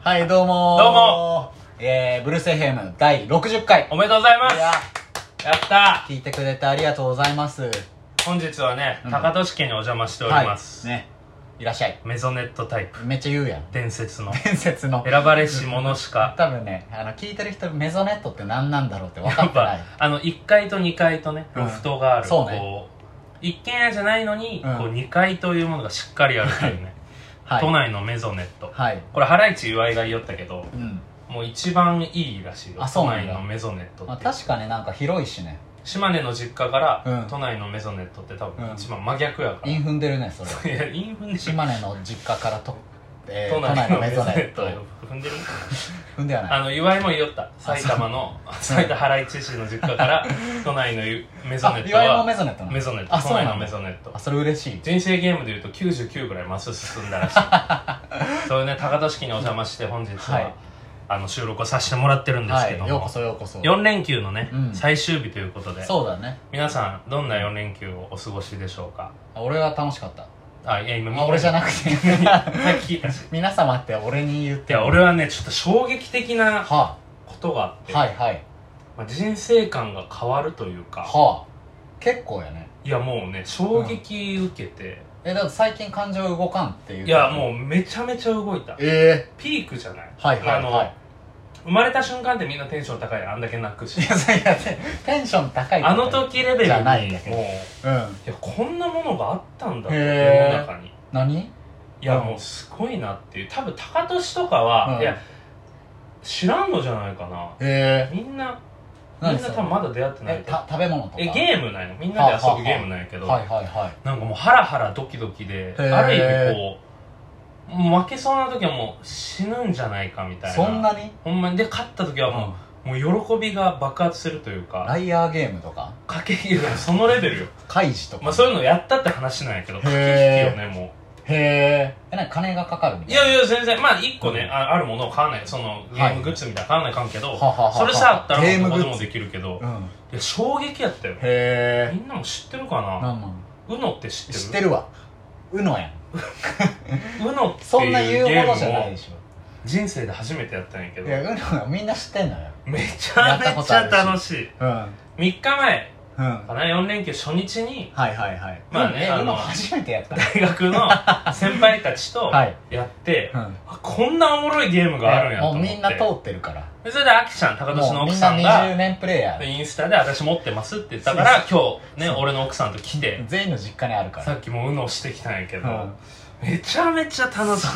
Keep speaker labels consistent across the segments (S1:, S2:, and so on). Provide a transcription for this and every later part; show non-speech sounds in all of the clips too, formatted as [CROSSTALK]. S1: はい、どうもー
S2: どうも
S1: えー、ブルース FM 第60回。
S2: おめでとうございます
S1: いや
S2: やった
S1: 聞いてくれてありがとうございます。
S2: 本日はね、
S1: うん
S2: 高俊家にお邪魔しております、
S1: ね。いらっしゃい。
S2: メゾネットタイプ
S1: めっちゃ言うやん。 [LAUGHS]
S2: 伝説の
S1: 伝説の。
S2: 選ばれし者
S1: [LAUGHS]
S2: しか
S1: 多分ね、あの、聞いてる人、メゾネットって何なんだろうって分か
S2: や
S1: っ
S2: って
S1: ない
S2: ぱ。あの1階と2階とね
S1: うん
S2: ロフトがある、
S1: そうね
S2: こう一軒家じゃないのに、
S1: うん
S2: こう2階というものがしっかりあるというね、
S1: はい。
S2: 都内のメゾネット
S1: はい。
S2: これハライチ岩井が言おったけど
S1: うん。
S2: もう一番いいらしいよ
S1: あそ
S2: 都
S1: うなん
S2: 内
S1: だ
S2: のメゾネット
S1: まあ、
S2: って、
S1: 確かね、なんか広いしね。
S2: 島根の実家から、
S1: うん
S2: 都内のメゾネットって多
S1: うん
S2: 分一番真逆やから、
S1: インフンでるね、それ。
S2: いやインフンでしょ
S1: 島根の実家からと、えー、
S2: 都
S1: 都内
S2: 内の
S1: の
S2: メ
S1: メ
S2: ゾ
S1: ゾ
S2: ネ
S1: ネ
S2: ッ
S1: ッ
S2: ト
S1: ト。
S2: 踏んでる
S1: 踏んではない。
S2: あの岩井も言おった埼玉の埼玉原市市の実家から都内のメゾネット
S1: 岩井もメ
S2: は
S1: ゾネットなの
S2: メゾネッ
S1: あ、
S2: ト
S1: そう
S2: 都内
S1: な
S2: の
S1: の
S2: メゾネット
S1: あ、それ嬉しい。
S2: 人生ゲームでいうと99ぐらいマス進んだら
S1: [LAUGHS]
S2: しいそういうね高田式にお邪魔して本日は、
S1: はい
S2: あの収録をさせてもらってるんです
S1: は
S2: けども、
S1: い。ようこそようこそ。
S2: 4連休のね、
S1: うん
S2: 最終日ということで
S1: そうだね。
S2: 皆さんどんな4連休をお過ごしでしょうか
S1: あ俺は楽しかった。
S2: あいや今みん
S1: あ俺じゃなくて [LAUGHS]
S2: さっき聞いたし
S1: 皆様って俺に言っ
S2: い
S1: て
S2: や俺はねちょっと衝撃的な
S1: は
S2: ことがあって、
S1: あ、はいはい
S2: まあ、人生観が変わるというか
S1: はあ結構やね
S2: いやもうね衝撃受けて、
S1: えだって最近感情動かんっていう
S2: いやもうめちゃめちゃ動いた
S1: ええ
S2: ピークじゃない、
S1: はいはいは
S2: あの生まれた瞬間ってみんなテンション高いあんだけ泣く
S1: い
S2: し
S1: いやそれいやテテンション高い
S2: あの時レベルに
S1: じ
S2: も
S1: ゃ
S2: う
S1: ないんだけど
S2: い
S1: うん
S2: やこんなものがあったんだっ
S1: へ
S2: て
S1: ー
S2: 世の中に
S1: 何
S2: いやもうすごいなっていう多分高俊とかは、
S1: うん
S2: いや知らんのじゃないかな
S1: ええ
S2: みんなみん
S1: 何
S2: な
S1: そ
S2: 多
S1: れ
S2: 分まだ出会ってない
S1: え
S2: と思う
S1: た食べ物とか
S2: えゲームなんよみんなで遊ぶゲームなんやけど、
S1: はいはいは
S2: なんかもうハラハラドキドキで
S1: へー
S2: ある意味こうもう負けそうな時はもう死ぬんじゃないかみたい
S1: い
S2: な
S1: そんなに
S2: ほんまにで勝った時はもう,、もう喜びが爆発するという
S1: ラ
S2: か
S1: イアーゲームとか
S2: 駆け引きがそのレベルよ
S1: カイジとか、
S2: まあそういうのやったって話なんやけど駆け引きよねも
S1: へーえ何金がかかるみ
S2: う
S1: た
S2: い
S1: いな
S2: やいや全然まあ一個ねああるものを買わないそのゲームグッズみたいなの買わないかんけど、
S1: ははは
S2: それさあったら
S1: ゲーム
S2: もう
S1: グ
S2: ど
S1: ッ
S2: こ
S1: ズ
S2: でもできるけど
S1: うんへ
S2: いや衝撃やったよ
S1: え
S2: みんなも知ってるかな
S1: 何なの
S2: UNO って知ってる
S1: 知ってるわうのやん
S2: UNO って
S1: そんな言
S2: いううゲ
S1: ものじゃ
S2: ー
S1: ない
S2: ム
S1: で
S2: を
S1: しょ
S2: 人生で初めてやったんやけど
S1: いや、うんのみんな知ってんのよ。
S2: めちゃめちゃ楽しい
S1: うん。うん。
S2: 3日前
S1: は
S2: かな4連休初日に
S1: い
S2: [LAUGHS]
S1: はいはい。
S2: まあね
S1: え
S2: あの
S1: うの初めてやった。
S2: 大学の先輩たちと
S1: [LAUGHS] はい
S2: やって、
S1: うん。
S2: あこんなおもろいゲームがあるんやと
S1: もう
S2: 思って
S1: みんな通ってるから。
S2: それでアキちゃん高年の
S1: もう
S2: 奥
S1: みんな
S2: さん
S1: 20
S2: が
S1: 年プレイヤー。
S2: インスタで私持ってますって言ったから今日ね
S1: そう
S2: 俺の奥さんと来て
S1: 全員の実家にあるか
S2: さ
S1: ら。
S2: っきもうのしてきたんやけど、
S1: うん
S2: めちゃめちゃ楽しい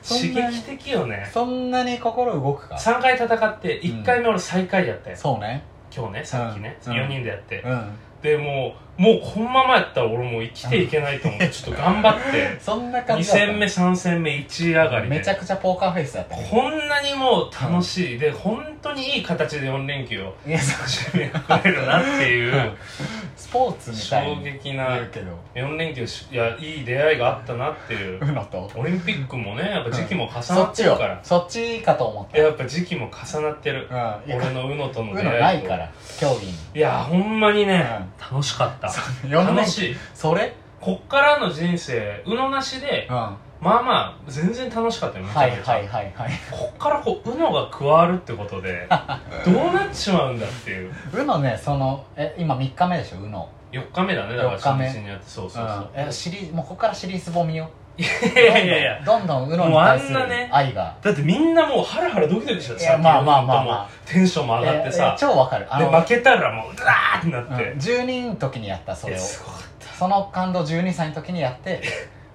S1: そ
S2: 刺
S1: んなに
S2: 激的よね
S1: そんなに心動くか。
S2: 3回戦って1回目俺最下位やったよ、
S1: そうね。
S2: 今日ねさっきね、
S1: うん
S2: 4人でやって、
S1: うん。
S2: でもうもうこのままやったら俺もう生きていけないと思ってちょっと頑
S1: [LAUGHS]
S2: 張って
S1: そんな感
S2: 2
S1: じだった。
S2: 戦目3戦目1位上がり
S1: めちゃ
S2: で
S1: くちゃポーカーフェイスだったね。
S2: こんなにもう楽しい、で本当にいい形で4連休を
S1: いや、そう
S2: 締めくれるなっていううん
S1: スポーツみたい
S2: 衝
S1: に
S2: 撃
S1: 言
S2: な
S1: うけど、
S2: 4連休しいやいい出会いがあったなっていう
S1: うのと。
S2: オリンピックもねやっぱ時期も重
S1: そ
S2: な
S1: っ
S2: って
S1: ち
S2: る
S1: よ
S2: か。ら
S1: そっちかと思った。
S2: いややっぱ時期も重なってる
S1: うん。いや
S2: 俺の UNO との
S1: う
S2: 出
S1: の
S2: 会いと
S1: ないから、競技に。
S2: いやほんまにね、楽しかった楽
S1: い。
S2: しい
S1: それ
S2: こっからの人生 UNO なしで
S1: うん。
S2: まあまあ全然楽しかったよめち
S1: は
S2: ゃ
S1: い
S2: めちゃ、
S1: はいはいはい。
S2: こっからこう UNO が加わるってことでどうなっちまうんだっていう
S1: うのね、その、え、今3日目でしょ、うの。
S2: 4日目だねだから
S1: 四日目
S2: 初日にやってそう
S1: う
S2: そうそ
S1: ん
S2: う。、
S1: え、シリーズ、もうここからシリーズ本見よ。
S2: いうやいやいやいや
S1: どんどんどんうのに
S2: もうあんな
S1: 対する
S2: ね
S1: 愛が。
S2: だってみんなもうハラハラドキドキしちゃっ
S1: い
S2: て
S1: や、まあまあまあ
S2: も
S1: ま
S2: うテンションも
S1: あ。
S2: 上がってさ
S1: え超わかる。
S2: で負けたらもううわーってなって、
S1: うん10人の時にやった、そ
S2: い
S1: れ
S2: や
S1: を。
S2: すごかっ
S1: その感動12歳の時にやって、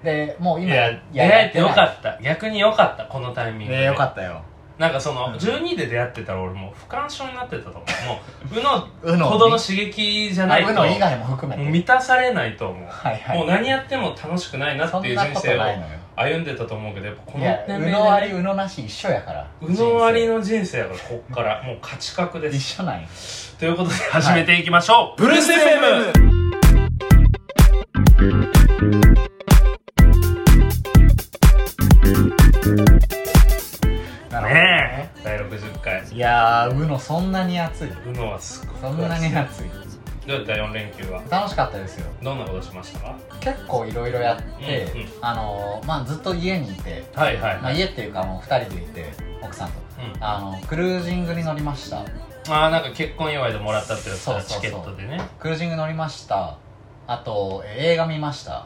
S1: で、もう
S2: たい
S1: 今、
S2: や出会えてよか
S1: っ
S2: った逆によかったこのタイミングで、
S1: ね、よかったよ。
S2: なんかそ
S1: うん
S2: の12で出会ってたら俺もう不感症になってたと思うもううの
S1: うの。
S2: ほどの刺激じゃないと
S1: うの以外も含
S2: もう
S1: めて。
S2: 満たされないと思う、
S1: はいはい。
S2: もう何やっても楽しくないな
S1: そ
S2: ってい
S1: ん
S2: う
S1: な
S2: 人
S1: こと
S2: 生
S1: ない
S2: を
S1: のよ。
S2: 歩んでたと思うけどやっぱこ
S1: い
S2: の
S1: や、
S2: 年
S1: うのあ
S2: 齢
S1: り、
S2: でね
S1: うのなし一緒やから。
S2: うのあり
S1: 人
S2: の人生やからこっから [LAUGHS] もう価値格で
S1: 生一
S2: す
S1: 緒なんよ。
S2: ということで始めていきましょう、ブルース FM!
S1: なるほど
S2: ね
S1: ね。
S2: え第60回
S1: いやー、うのそんなに熱い。
S2: うのはすごく
S1: そんなに熱い。
S2: どうやった4連休は
S1: 楽しかったですよ
S2: どんなことしましたか
S1: 結構いろいろやって、
S2: うんうん
S1: あのまあずっと家にいて、
S2: はいはい
S1: ま
S2: は
S1: あ、
S2: い、
S1: 家っていうかもう2人でいて奥さんと
S2: うん、
S1: あのクルージングに乗りました
S2: ああなんか結婚祝いでもらったってやつだ
S1: そうそうそう
S2: チケットでね
S1: クルージング乗りましたあとえー映画見まし
S2: うんう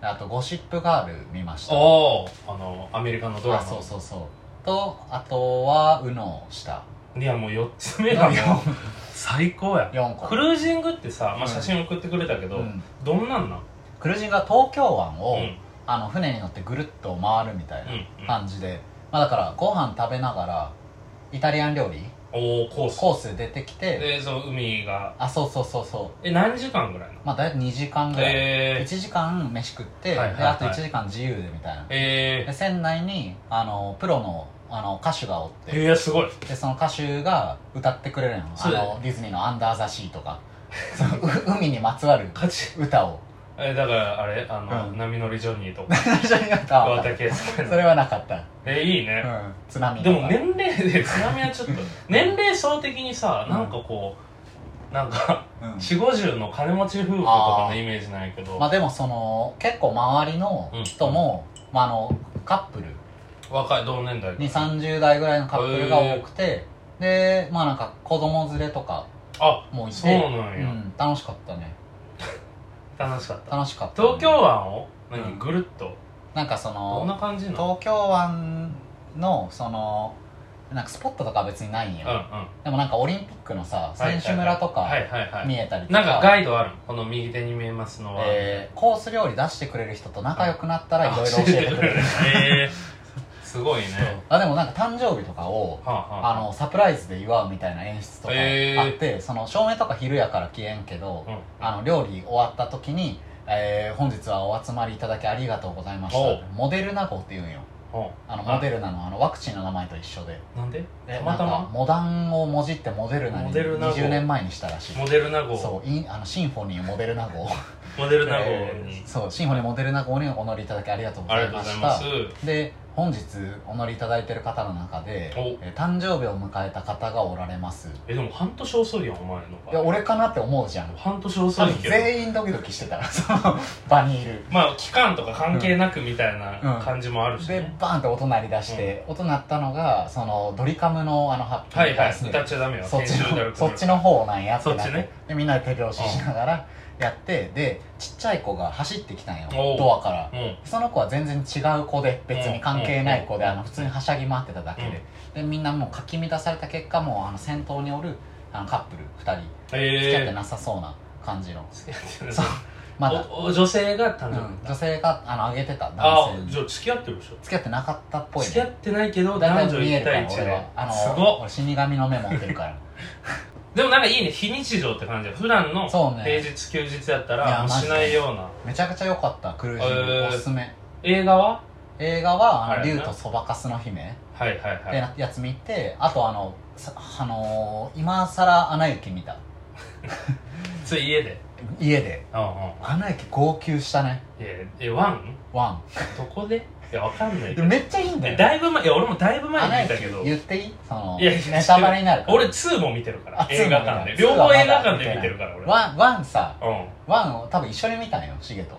S1: た
S2: ん
S1: あとゴシップガール見ました
S2: おおあのアメリカのドラ
S1: あそう
S2: マ
S1: そうそうとあとは UNO した
S2: いやもう4つ目がもう
S1: 4
S2: 最高や
S1: 個
S2: クルージングってさ、ま
S1: うん
S2: あ、写真送ってくれたけど、
S1: うん
S2: どんなんなん
S1: クルージングは東京湾
S2: う
S1: を、
S2: ん
S1: あの船に乗ってぐるっと回るみたい
S2: うん
S1: な感じで、まあ、だからご飯食べながらイタリアン料理
S2: おおコース
S1: コース出てきて
S2: でその海が
S1: あそうそうそうそう
S2: え何時間ぐらいなの
S1: まあ大体2時間ぐらい、
S2: え
S1: 1時間飯食って、
S2: はいはいはい
S1: であと1時間自由でみたいな
S2: ー、え
S1: で船内にあのプロのあの歌手がおっ
S2: ー、え
S1: て
S2: ー、すごい
S1: でその歌手が歌ってくれるのあ
S2: そうだよ
S1: のディズニーの「アンダー・ザ・シー」とかそのう海にまつわる
S2: 勝ち
S1: 歌
S2: [LAUGHS]
S1: を
S2: えだからあれあの、
S1: うん
S2: 波乗りジョニーとか
S1: 一緒に歌を
S2: 桑田佳祐
S1: そ
S2: の
S1: れはなかった、
S2: えいいね、
S1: うん、津波
S2: で
S1: とか
S2: も年齢で津波はちょっと年齢層的にさ
S1: うん
S2: なんかこうなんか
S1: うん
S2: 4 5 0の金持ち夫婦とかのイメージないけど
S1: まあでもその結構周りの人も、まあ、あのカップル
S2: 若い同年代
S1: 2 3 0代ぐらいのカップルが多くて、でまあなんか子供連れとか
S2: あ
S1: もいて
S2: そうなん
S1: う
S2: や、
S1: ん、楽しかったね
S2: 楽しかった
S1: 楽しかった、
S2: 東京湾を何、
S1: うん
S2: ぐるっと
S1: なんかそ
S2: どん
S1: の
S2: な感じなの
S1: 東京湾のそのなんかスポットとかは別にないんよ、
S2: うんうん
S1: でもなんかオリンピックのさ
S2: はい
S1: 選手村と
S2: は
S1: か
S2: いはいはい
S1: 見えたりとか、
S2: なんかガイドあるのこの右手に見えますのは、
S1: えーコース料理出してくれる人と仲良くなったらいろいろ教えてくれる
S2: えー、すごいね
S1: あでもなんか誕生日とかを
S2: はあ、は
S1: あのサプライズで祝うみたいな演出とかあって、
S2: へ
S1: その照明とか昼やから消えんけど、
S2: うん
S1: あの料理終わった時に、えー本日はお集まりいただきありがとうございました」
S2: おう
S1: モデルナ号って言うんよ
S2: は
S1: あのモデルナのあのワクチンの名前と一緒で
S2: あなんで
S1: で
S2: たまた
S1: なんか
S2: ま
S1: モダンをもじってモデルナに
S2: モデルナ号
S1: 20年前にしたらしい
S2: モデルナ号
S1: そうインあのシンフォニーモデルナ号
S2: モデルナ号に、
S1: えーそうシンフォニーモデルナ号にお乗りいただきありがとうご
S2: あ
S1: ざ
S2: り
S1: い
S2: がとう
S1: ま
S2: ござい
S1: し
S2: ま
S1: た
S2: す
S1: で本日お乗りいただいてる方の中で
S2: お、
S1: えー誕生日を迎えた方がおられます
S2: えでも半年遅いやんお前
S1: い
S2: の
S1: や
S2: 場合
S1: 俺かなって思うじゃん
S2: 半年遅
S1: 多
S2: い
S1: 分
S2: けど
S1: 全員ドキドキしてたら [LAUGHS] その場にいる
S2: まあ期間とか関係なくみたいな感じもあるしね、
S1: でバーンって音鳴り出して、音鳴ったのがそのドリカムのあのハッピ
S2: は
S1: ー
S2: い
S1: バ
S2: は
S1: ース
S2: い
S1: デー
S2: 歌っちゃダメよ
S1: そっち
S2: 編集である
S1: の
S2: か
S1: そ
S2: ら
S1: っちの方なんやってな
S2: そ
S1: っ、
S2: ってちね
S1: でみんなで手拍子しながらやってでちっちゃい子が走ってきたんよ
S2: おう
S1: ドアから
S2: うん
S1: その子は全然違う子で別に関係ない子で
S2: うん
S1: あの普通にはしゃぎ回ってただけででみんなもうかき乱された結果もうあの先頭におるあのカップル2人付き合って
S2: え
S1: なさそうな感じの
S2: えー、
S1: そうまだ
S2: おお女性が誕生
S1: う
S2: 日、
S1: ん女性があの上げてた
S2: あ
S1: 男性
S2: あ
S1: に
S2: じゃあ付き合ってるでしょ
S1: 付き合ってなかったっぽい
S2: 付き合
S1: ね
S2: ってないけど
S1: だい
S2: 男
S1: た
S2: 女
S1: い見え
S2: 1
S1: るから
S2: 対1
S1: 俺
S2: で
S1: はあの
S2: すごっ
S1: 俺死神の目持ってるから
S2: [LAUGHS] でもなんかいいね非日常って感じ普段の
S1: そうね
S2: 平日休日やった
S1: い
S2: ら
S1: や
S2: もうしないような
S1: めちゃくちゃ良かったクルージング、
S2: へー
S1: おすすめ
S2: 映画は
S1: 映画は「あの
S2: あれや
S1: 竜
S2: な
S1: とそばかすの姫」
S2: はいはい
S1: っ
S2: は
S1: て
S2: い
S1: なやつ見てあとあのさあのー今さら「アナ雪」見た
S2: つい家で
S1: 家で
S2: うんうん
S1: 「アナ雪」号泣したね
S2: ええワン
S1: ワ
S2: どこでいやわかんない
S1: ン
S2: け
S1: で
S2: ど
S1: もめっちゃいいんだ
S2: え
S1: よ
S2: だいぶ前いや俺もだいぶ
S1: アナ
S2: 前に見
S1: 雪
S2: たけど
S1: 言っていいその
S2: いやいや
S1: ネタバレになるから
S2: 俺2も見てるか
S1: あ
S2: ら
S1: ツーも
S2: 映画館で
S1: 見た
S2: 両
S1: ツーは
S2: 方
S1: まだ
S2: 映画館で見てるから俺
S1: ワンワンさ
S2: う
S1: ワンを多分一緒に見たんよシゲと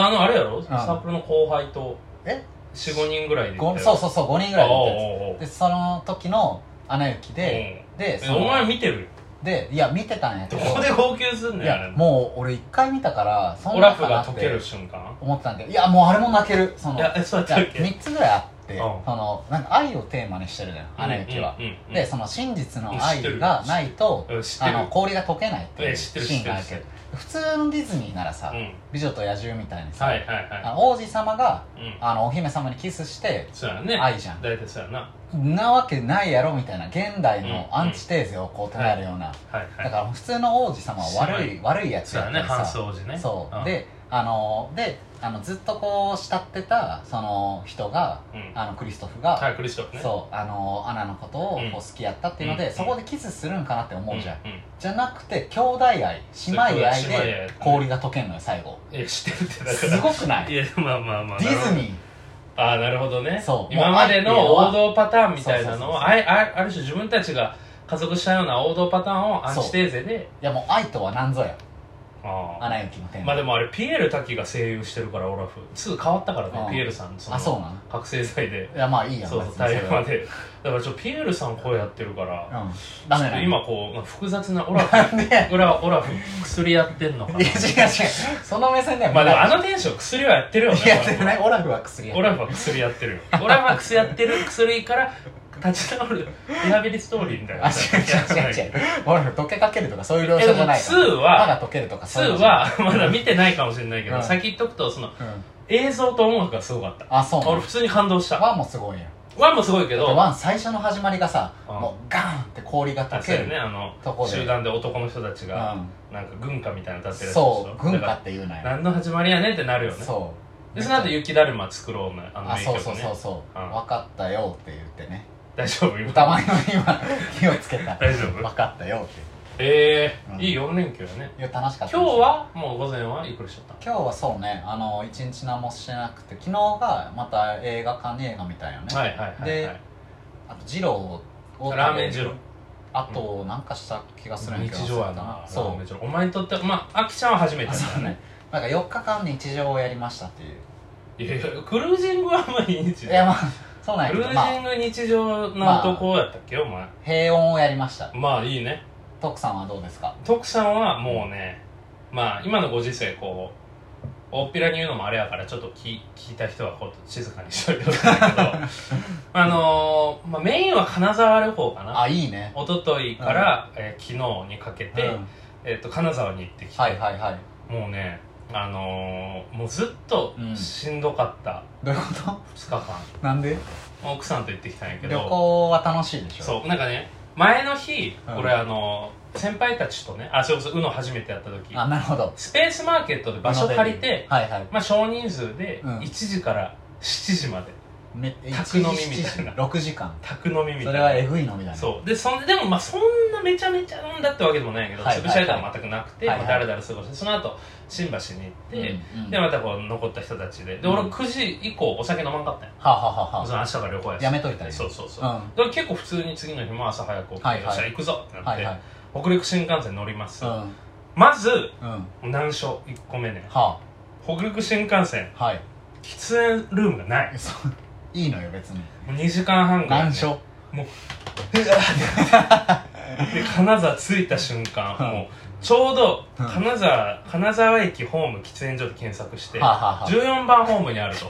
S2: んあのあれやろサークルの後輩と
S1: え
S2: 45人ぐらいで行っ
S1: ご
S2: た
S1: そう
S2: う
S1: そうそう5人ぐらいで見たやつ
S2: おうおうおう
S1: でその時の「アナ雪で」
S2: え
S1: でそ
S2: お
S1: の
S2: 前見てるよ
S1: でいや見てたんやけ
S2: ど
S1: ど
S2: こで号泣すん
S1: い
S2: ねんあれ
S1: やもう俺一回見たからそ
S2: オ
S1: ん
S2: ラ
S1: な
S2: フ
S1: かな
S2: が
S1: っ
S2: 溶ける
S1: て
S2: 瞬間
S1: 思ってたんでいやもうあれも泣けるその
S2: いやえそうやったっけ
S1: 3つぐらいあって、
S2: うん
S1: そのなんか愛をテーマにしてるじゃん「アナ雪は」
S2: うんうんうん
S1: でその真実の
S2: 知
S1: 愛
S2: ってる
S1: がないと
S2: うん知って
S1: あ
S2: る
S1: の氷が溶けないってい
S2: え
S1: う
S2: 知
S1: シ
S2: ってる
S1: ーンがあるけ
S2: 知っ
S1: ど普通のディズニーならさ「
S2: うん
S1: 美女と野獣」みたいにさ、
S2: はいはい
S1: あ
S2: は
S1: の王子様が
S2: いうん
S1: あのお姫様にキスして
S2: そうやね
S1: 愛じゃん
S2: 大体そうやなは
S1: なわけないやろみたいな現代のアンチテーゼをこう唱えるような、
S2: い
S1: だ
S2: は
S1: から普通の王子様は悪い悪いや
S2: い
S1: つ
S2: そう
S1: や
S2: や
S1: っ
S2: ね
S1: た
S2: ハ
S1: ら
S2: ンス
S1: さ
S2: 王子ね
S1: そう、
S2: ん
S1: であのであのずっとこう慕ってたその人が
S2: うん
S1: あのクリストフが、
S2: はいクリストフね
S1: そうあのアナのことをこ
S2: うん
S1: う好きやったっていうので、
S2: うん
S1: そこでキスするんかなって思うじゃん、
S2: うんうん
S1: じゃなくて兄弟愛姉妹愛
S2: そう姉妹愛や
S1: で
S2: ね
S1: 氷が溶けんのよ最後
S2: え知ってるってだから
S1: すごく
S2: [LAUGHS]
S1: ないい
S2: やまあまあまあ
S1: ディズ
S2: ー
S1: ニー
S2: ああなるほどね
S1: そう
S2: 今までの
S1: もう
S2: 王道パターンみたいな
S1: そ
S2: の
S1: うそうそう
S2: を
S1: そう
S2: あいあある種自分たちが加速したような王道パターンをアンチテーゼで
S1: いやもう愛とは何ぞや
S2: あ
S1: アナ雪の
S2: ー
S1: 天
S2: まあでもあれピエール滝が声優してるからオラフすぐ変わったから
S1: あ
S2: ね
S1: ー
S2: ピエールさんその
S1: あそうなん
S2: 覚醒剤で
S1: いやまあいいやん
S2: そうそう
S1: 別にそれ
S2: 大
S1: は
S2: 変までだからちょっとピエールさん声やってるから
S1: うんダ
S2: ちょ
S1: メ
S2: っと
S1: だ
S2: 今こう複雑なオラ
S1: [LAUGHS] な
S2: フ
S1: んで
S2: 裏オラフ薬やってんのか
S1: [LAUGHS] い
S2: な
S1: や違う違うその目線では
S2: まあでもあ
S1: あ
S2: のテンション薬はやってるよね
S1: やってないオラフは薬や
S2: オラフは薬やってるよオラフは薬やってる薬から立ち直るリハビリストーリーみたいな
S1: あ違う違う違う違うオラフ溶けかけるとかそういう描
S2: え
S1: 写
S2: で
S1: じゃ
S2: も
S1: ないから
S2: 2は
S1: 歯が溶けるとかそういうの
S2: 2
S1: じゃない
S2: はまだ見てないかもしれないけど、
S1: うん
S2: 先言っとくとその
S1: うん
S2: 映像と音楽がすごかった
S1: あそうな
S2: 俺
S1: の
S2: 普通に感動した
S1: ワンもすごいやん
S2: 1もすごいけど
S1: ワン最初の始まりがさ
S2: うん
S1: もうガーンって氷が
S2: あ
S1: 溶
S2: そう
S1: け
S2: よ
S1: る
S2: ねあの
S1: とこで
S2: 集団で男の人たち
S1: う
S2: が、
S1: ん
S2: なんか軍歌みたいなの歌ってるやつでし
S1: そ
S2: ょ
S1: う軍
S2: だ
S1: 歌
S2: か
S1: っていうな
S2: ら
S1: よ
S2: 何の始まりやねんってなるよね
S1: そう
S2: でその後雪だるま作ろうのあの
S1: あ
S2: 名曲
S1: そ
S2: ね
S1: うそうそうそう
S2: うん
S1: 分かったよって言ってね
S2: 大丈夫今
S1: 歌前の今気をつけた
S2: 大丈
S1: 分
S2: 夫
S1: かったよって
S2: [LAUGHS] ええ
S1: うん
S2: いい4連休だね
S1: いや楽しかったです
S2: 今日はもう午前はゆっくりしちゃった
S1: 今日はそうねあの一日何もしてなくて昨日がまた映画館に映画見たんよね、
S2: はいはいはいは
S1: であと二郎を
S2: いラーメン二郎
S1: あとなんかした気がするんやけど
S2: 日常や
S1: 忘れた
S2: な
S1: そ
S2: ラ
S1: う
S2: ーメン二郎お前にとってはまああきちゃんは初めて
S1: あ
S2: だか
S1: そ
S2: ら
S1: う
S2: ね
S1: ねなんか4日間日常をやりましたっていう
S2: いやいやクルージングはあんまり日
S1: いやまあそうなんや
S2: ク
S1: けど、
S2: ル
S1: ま
S2: ージ
S1: あ、
S2: ング日常の男やったっけ、お前
S1: 平穏をやりました
S2: まあいいね
S1: 徳さんはどうですか
S2: 徳さんはもうねまあ今のご時世こう大っぴらに言うのもあれやからちょっと聞聞いた人はこう静かにしといてほしいんだけ
S1: [LAUGHS]
S2: どあのーまあ、メインは金沢旅行かな
S1: あいいね
S2: 一昨日から、えー昨日にかけて、
S1: うん
S2: えー、と金沢に行ってきて、
S1: はいはいはい
S2: もうねあのーもうずっと
S1: うん
S2: しんどかった
S1: どういうこと [LAUGHS]
S2: 2日間、
S1: なんで
S2: 奥さんと行ってきたんやけ
S1: 旅
S2: ど
S1: 行は楽しいでしょ
S2: そうなんかね前の日、
S1: うん
S2: 俺あの先輩たちとねあそれこそうの初めてやった時
S1: あなるほど
S2: スペースマーケットで場所借りて、
S1: はいはい
S2: まあ、少人数で
S1: うん
S2: 1時から7時まで
S1: め
S2: 宅飲みみたいな
S1: 6時間
S2: 宅飲みみた
S1: そ
S2: い
S1: れは
S2: な
S1: えぐい飲みだね
S2: そうでそんででもまあそんなめちゃめちゃ飲んだってわけでもないけど、
S1: はいはいはい
S2: 潰し合いとか全くなくて、
S1: はいはい
S2: まあだらだら過ごしてその後新橋に行って、
S1: うんうん
S2: でまたこう残った人たちでで
S1: う
S2: 俺
S1: ん
S2: 9時以降お酒飲まんかったんよ、
S1: はあ、はあはあ
S2: そ
S1: は
S2: の明日から旅行やし
S1: やめといたらいい
S2: そうそうそう、
S1: あ、
S2: だから結構普通に次の日も朝早く起きて、
S1: はいはい
S2: よっしゃ行くぞってな
S1: うん
S2: って、
S1: はいはい
S2: 北陸新幹線乗ります、
S1: うん
S2: まず
S1: うん
S2: 難所1個目ね
S1: は
S2: 北陸新幹線
S1: あはい
S2: 喫煙ルームがない
S1: えそういいのよ別に
S2: もう2時間半ぐらい、
S1: 難所
S2: で金沢着いた瞬間、
S1: うん
S2: もうちょうど
S1: うん
S2: 金沢金沢駅ホーム喫煙所で検索して、
S1: はあ、はあは
S2: 14番ホームにあると、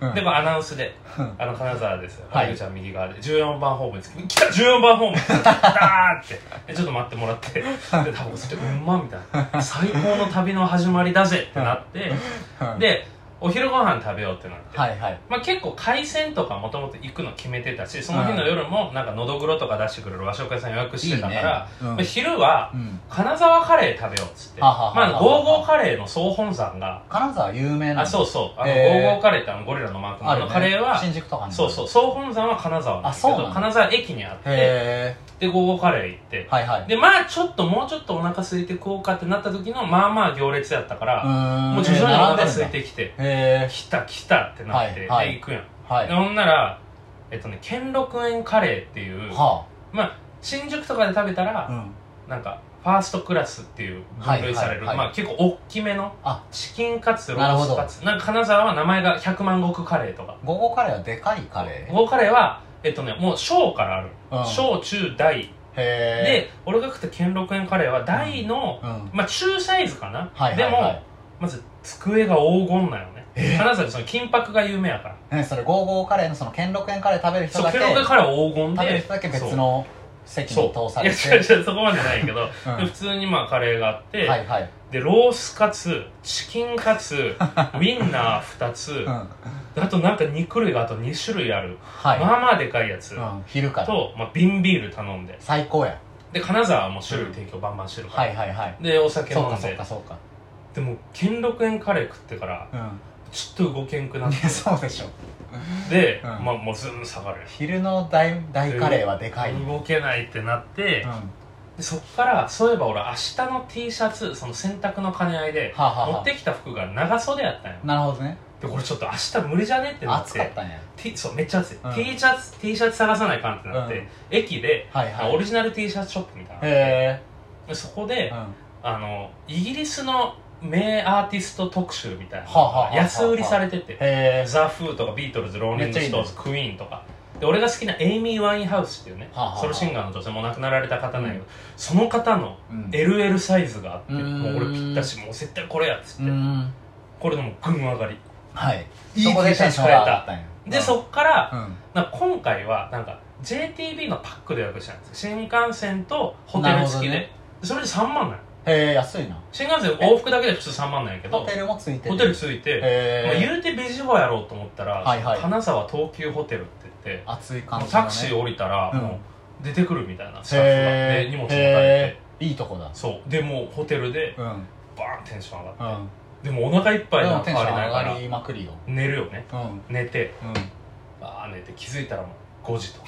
S1: あうん
S2: でこうアナウンスで
S1: うん
S2: あの金沢ですよ、
S1: はい
S2: はちゃん右側で14番ホームに着き来た14番ホームダーってでちょっと待っても
S1: [LAUGHS]
S2: らってでタバコ吸ってうんまみたいな最高の旅の始まりだぜってなって
S1: うん
S2: でお昼ご飯食べようってなって、
S1: はいはい
S2: まあ、結構海鮮とかもともと行くの決めてたしその日の夜もなんかのどぐろとか出してくれる和食屋さん予約してたから
S1: いいねうん
S2: まあ昼は
S1: うん
S2: 金沢カレー食べようっつって
S1: ははは
S2: まあゴーゴーカレーの総本山が
S1: 金沢有名なの
S2: あそうそうあの、
S1: へー
S2: ゴーゴーカレーってあのゴリラのマークの
S1: あ
S2: あ
S1: る
S2: の
S1: よね
S2: カレーは
S1: 新宿とかに
S2: そうそう総本山は金沢なんですけ
S1: あそうな
S2: ど
S1: の
S2: 金沢駅にあって
S1: へ
S2: でゴーゴーカレー行って
S1: えはいはい
S2: でまあちょっともうちょっとお腹空いて食おうかってなった時のまあまあ行列やったから、
S1: も
S2: もう徐々にお腹空いてきて
S1: へえ
S2: 来た来たってなって、
S1: はいはい
S2: で行くやん
S1: はい
S2: でほんならえっとね兼六園カレーっていう
S1: は
S2: まあ新宿とかで食べたら、
S1: あうん
S2: なんかファーストクラスっていう
S1: はい
S2: 分類され
S1: は
S2: る、
S1: いはい
S2: まあ結構大きめの
S1: あ
S2: チキンカツロ
S1: なる
S2: ー
S1: ほ
S2: ス
S1: ど
S2: カツなんか金沢は名前が百万石カレーとか
S1: 午後カレーはでかいカレー
S2: ゴーカレーはえっとねもう小からある、
S1: うん
S2: 小中大
S1: へえ
S2: で俺が食った兼六園カレーは大の、
S1: うん
S2: まあ中サイズかな、
S1: はいはいはい
S2: でもまず机が黄金なよね金沢でその金箔が有名やから
S1: ねそれゴーゴーカレーのその兼六園カレー食べる人
S2: そう
S1: だけ
S2: 兼
S1: 食
S2: 六園カレーは黄金で
S1: べる人だけ別の席
S2: そ
S1: に
S2: う
S1: 通され
S2: いや違う
S1: て
S2: 違うそこまでないけど、
S1: [LAUGHS] うん
S2: で普通にまあカレーがあって、
S1: はいはい
S2: でロースカツチキンカツ
S1: [LAUGHS]
S2: ウインナー2つ、
S1: うん
S2: あとなんか肉類があと2種類ある、
S1: は
S2: まあまあでかいやつ、
S1: いうん昼から
S2: と、まあ、瓶ビール頼んで
S1: 最高や
S2: で金沢はもう種類提供バンバンしてるか
S1: は
S2: ら、
S1: いはいはい
S2: でお酒
S1: そう
S2: 飲
S1: か
S2: ん
S1: そう
S2: で
S1: かそうか
S2: でも兼六園カレー食ってから
S1: うん
S2: ちょっと動けんくなっ
S1: い
S2: て
S1: やそうでしょ
S2: で、
S1: うん
S2: まあもうずん下がる
S1: 昼の大大カレーはでかいうん
S2: 動けないってなって、
S1: は
S2: でそっからそういえば俺明日の T シャツその洗濯の兼ね合いで
S1: あはあ
S2: 持っ
S1: は
S2: てきた服が長袖やったんよ
S1: あなるほどね
S2: でこれちょっと明日無理じゃねってなっ
S1: 暑
S2: て
S1: かったね
S2: T- そうめっちゃ暑い、
S1: うん
S2: T シャツ T シャツ探さないかんってなって、
S1: うん
S2: 駅で、
S1: はいはい
S2: オリジナル T シャツショップみたいなのがあって
S1: へ
S2: でそこで、
S1: え、うん、は
S2: あのイギリスの名アーティスト特集みたいなの
S1: はあはあはあは
S2: が
S1: あ
S2: 安売りされてて
S1: へえ
S2: ザ・フーとかビートルズローリング・ストーンズクイーンとかで俺が好きなエイミー・ワインハウスっていうね、
S1: はあはあ
S2: ソロシンガーの女性もう亡くなられた方なんやけど、その方の
S1: うん
S2: LL サイズがあって
S1: うーん
S2: もう俺ぴったしもう絶対これやっつって、
S1: うん
S2: これでもう群上がり
S1: はい
S2: いい
S1: そこで
S2: T シ
S1: テ
S2: ャ
S1: ン
S2: ツ
S1: シ
S2: 買
S1: ョン
S2: え
S1: が上がったたんや
S2: でそっから
S1: うん
S2: なんか今回はなんか JTB のパックで予約したんですよ新幹線とホテ
S1: なる
S2: ル
S1: ほど
S2: 付きで、
S1: ね
S2: それで3万なんよ
S1: へえ安いな
S2: 新幹線往復だけで普通3万なんやけど
S1: ホテルもついてて
S2: ホテルついて、まあ、
S1: へえ
S2: 言うてビジホやろうと思ったら、
S1: はいはい
S2: 金沢東急ホテルって言って
S1: 暑い感
S2: も
S1: じ
S2: う
S1: のね
S2: タクシー降りたら、
S1: うん
S2: もう出てくるみたいなスタッフが
S1: へ
S2: で
S1: え
S2: 荷物持たれ
S1: ていいとこだ
S2: てそうでもうホテルで
S1: うんうん
S2: バーンテンション上がって、
S1: うん
S2: でもお腹いっぱいな
S1: テ
S2: 変
S1: ンシ
S2: われ
S1: ョン
S2: ない
S1: 上
S2: か
S1: が
S2: ら
S1: りまくりよ
S2: 寝るよね
S1: うん
S2: 寝て
S1: うん
S2: バーン寝て気づいたらもう5時とか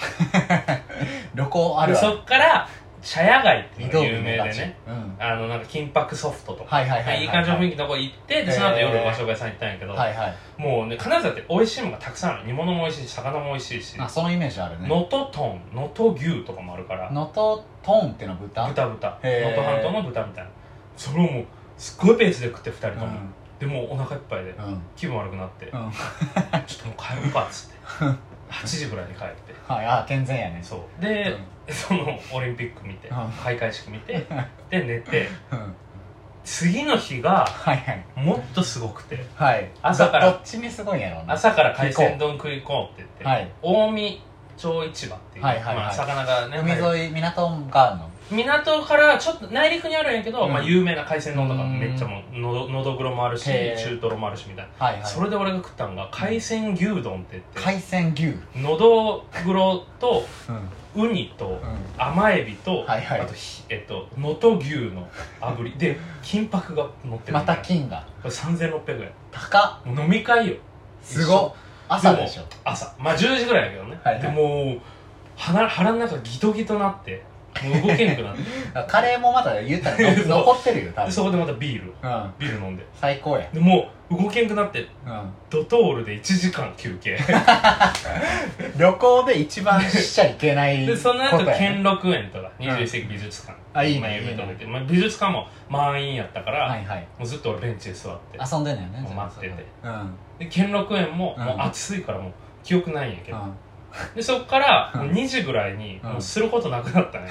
S1: 旅行ある
S2: で
S1: あ
S2: そ
S1: る
S2: っから茶屋街ってい
S1: 移
S2: うの
S1: 動
S2: が
S1: 日
S2: 有名
S1: 目
S2: で
S1: 立ち
S2: ね
S1: うん
S2: あのなんか金箔ソフトとか、
S1: はいはいはいはい
S2: いい感じの雰囲気のとこ行ってでその後夜
S1: へー
S2: 和食屋さん行ったんやけど、
S1: はいはい
S2: もうね金沢って美味しいものがたくさんある煮物も美味しいし魚も美味しいし
S1: あそのイメージあるね
S2: 能登豚能登牛とかもあるから
S1: 能登トーンってのは豚
S2: 豚豚能
S1: へー
S2: 登半島の豚みたいなそれをもうすっごいペースで食って2人
S1: う
S2: とも、
S1: ん
S2: でもうお腹いっぱいで
S1: うん
S2: 気分悪くなって、
S1: うん
S2: ちょっともう帰ろうかっつって8時ぐらいに帰って
S1: はいあ健全やね
S2: そうで、そのオリンピック見て、
S1: うん
S2: 開会式見
S1: [LAUGHS]
S2: てで寝て
S1: うんうん
S2: 次の日が
S1: はいはい
S2: もっとすごくて
S1: はい
S2: 朝から
S1: どどっちにすごいんやろうな
S2: 朝から海鮮丼食いこうって言
S1: は
S2: って、
S1: い
S2: 近江町市場っていう、
S1: はいはいはい
S2: まあ、魚がね
S1: 海沿い港があるの
S2: 港からちょっと内陸にあるんやけど、
S1: うん
S2: まあ、有名な海鮮丼とかめっちゃもうのどのどぐろもあるし
S1: へー
S2: 中トロもあるしみたいな、
S1: はいはい
S2: それで俺が食ったんが海鮮牛丼って言っ
S1: 海鮮牛うん
S2: てのどぐろと
S1: うん
S2: ウニと甘エビと、
S1: はいはい
S2: あとひえっと能登牛の炙りで金箔が乗ってる
S1: ま
S2: み
S1: た
S2: たいな
S1: 金が
S2: これ3600円
S1: 高っ
S2: もう飲み会よ
S1: すごっ朝でしょ
S2: も朝まあ10時ぐらいやけどね、
S1: はいはい
S2: でもう腹腹の中ギトギトなってもう動けな
S1: [LAUGHS]
S2: くなって
S1: カレーもまだ言った [LAUGHS] ら
S2: そう
S1: 残ってるよ多
S2: で
S1: 分
S2: そこでまたビール
S1: うん
S2: ビール飲んで
S1: 最高や
S2: でもう動けんくなって
S1: うん
S2: ドトールで1時間休憩
S1: 旅行で一番しちゃいけ [LAUGHS] ない
S2: でその
S1: こ
S2: 後
S1: とやね
S2: 兼六園とか
S1: ん
S2: 21世紀美術館、
S1: あいいね
S2: ま有名
S1: いいね
S2: とこ行ってまあ、美術館も満員やったから、
S1: はいはい
S2: もうずっと俺ベンチで座って
S1: 遊んでんのよね
S2: もう待ってて
S1: ずとうん
S2: で兼六園も
S1: うん
S2: もう暑いからもう記憶ないんやけ
S1: う
S2: ど、
S1: ん
S2: でそっから
S1: うん
S2: もう2時ぐらいに
S1: うん
S2: もうすることなく
S1: [LAUGHS]
S2: なったね、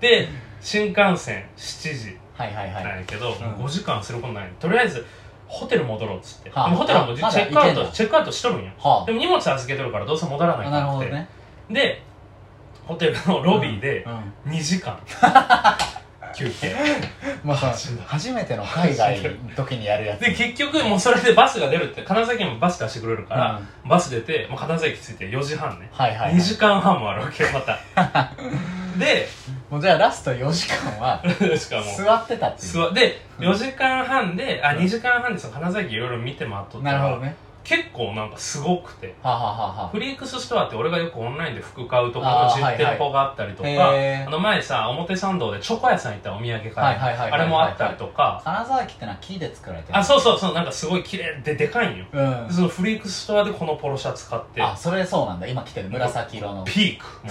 S2: で新幹線7時
S1: はいはいは
S2: なん
S1: い
S2: やけ
S1: ん
S2: ど、もう5時間することないとりあえずホテル戻ろうっつって、
S1: はあ
S2: でもホテルはもうチェ
S1: あ
S2: ックアウ
S1: まだ行けん
S2: ト
S1: の
S2: チェックアウトしとるんよ
S1: は
S2: でも荷物預けてるからどうせ戻らな
S1: あ
S2: い
S1: あ
S2: か
S1: なる
S2: なっ
S1: ほ
S2: て
S1: どね
S2: でホテルのロビーで
S1: うん
S2: 2時
S1: [LAUGHS]
S2: 間休憩
S1: まあ
S2: マジだ
S1: 初めての海外の時にやるやつ
S2: で結局もうそれでバスが出るって金沢県もバス貸してくれるか
S1: う
S2: ら、
S1: ん
S2: バス出て、まあ、金沢駅着いて4時半ね、
S1: はいはい
S2: 2
S1: はい
S2: 時間半もあるわけよまた
S1: [LAUGHS]
S2: で [LAUGHS]
S1: もうじゃあラスト4時間は
S2: しかも
S1: 座ってたっていう
S2: 座で4時間半であ2時間半でその金沢駅いろいろ見て回っとった
S1: なるほど
S2: ら、
S1: ね
S2: 結構なんかすごくて
S1: はあはあはあは
S2: フリークスストアって俺がよくオンラインで服買うとこの
S1: あーは
S2: 実
S1: い
S2: 店舗があったりとか、
S1: へー
S2: あの前さ表参道でチョコ屋さん行ったらお土産買える、
S1: あはいはいはいはいはい
S2: あれもあったりとか、
S1: 金沢駅ってのは木で作られてる
S2: あそうそうそうなんかすごい綺麗ででかいんよ、
S1: うん
S2: そのフリークスストアでこのポロシャツ買って
S1: あそれそうなんだ今着てる紫色の
S2: ピーク
S1: [LAUGHS]
S2: もう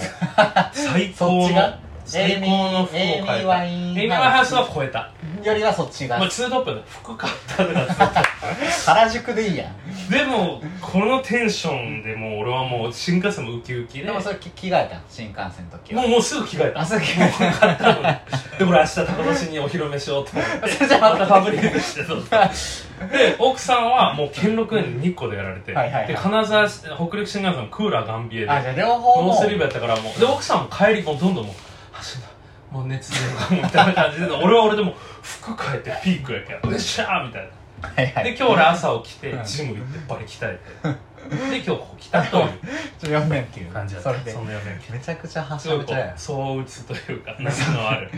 S2: 最
S1: そっ
S2: 高
S1: ち
S2: の
S1: が
S2: 最高の服を
S1: エイミ
S2: 買
S1: ー
S2: え
S1: ワ
S2: た
S1: イ
S2: エ
S1: ン
S2: イミーハウスは超えた、
S1: よりはそっちが
S2: まあ、ツートップで服買ったんだって
S1: 原宿でいいやん
S2: でもこのテンションでもう俺はもう新幹線もウキウキで
S1: でもそれ着着替えた新幹線の時
S2: も
S1: は
S2: うもうすぐ着替えた
S1: あすぐ着替え
S2: 買ったの [LAUGHS] で俺明日高田市にお披露目しようと思って
S1: たそれじゃ
S2: ま
S1: ま
S2: た
S1: た
S2: ファブリックして撮ったで奥さんはもう兼六園で日光でやられて、
S1: はいはいはい
S2: で金沢北陸新幹線のクーラーガンビエで
S1: あじゃあ両方
S2: ノ
S1: も
S2: ースリーブやったからもうで奥さんも帰りもうどんどんもう走るもう熱出るかもみたいな感じで俺は俺でも服変えてピークやけんよっしゃーみたいな
S1: はいは
S2: で
S1: い
S2: 今日俺朝起きて
S1: うん
S2: ジム行ってバリ鍛えてで今日ここ来たという
S1: 14面っていう
S2: 感じだっ
S1: そ
S2: た
S1: れで
S2: その4連休
S1: めちゃくちゃはし
S2: すご
S1: ゃ
S2: い
S1: めち
S2: こ
S1: ゃや
S2: う相打つというか波のある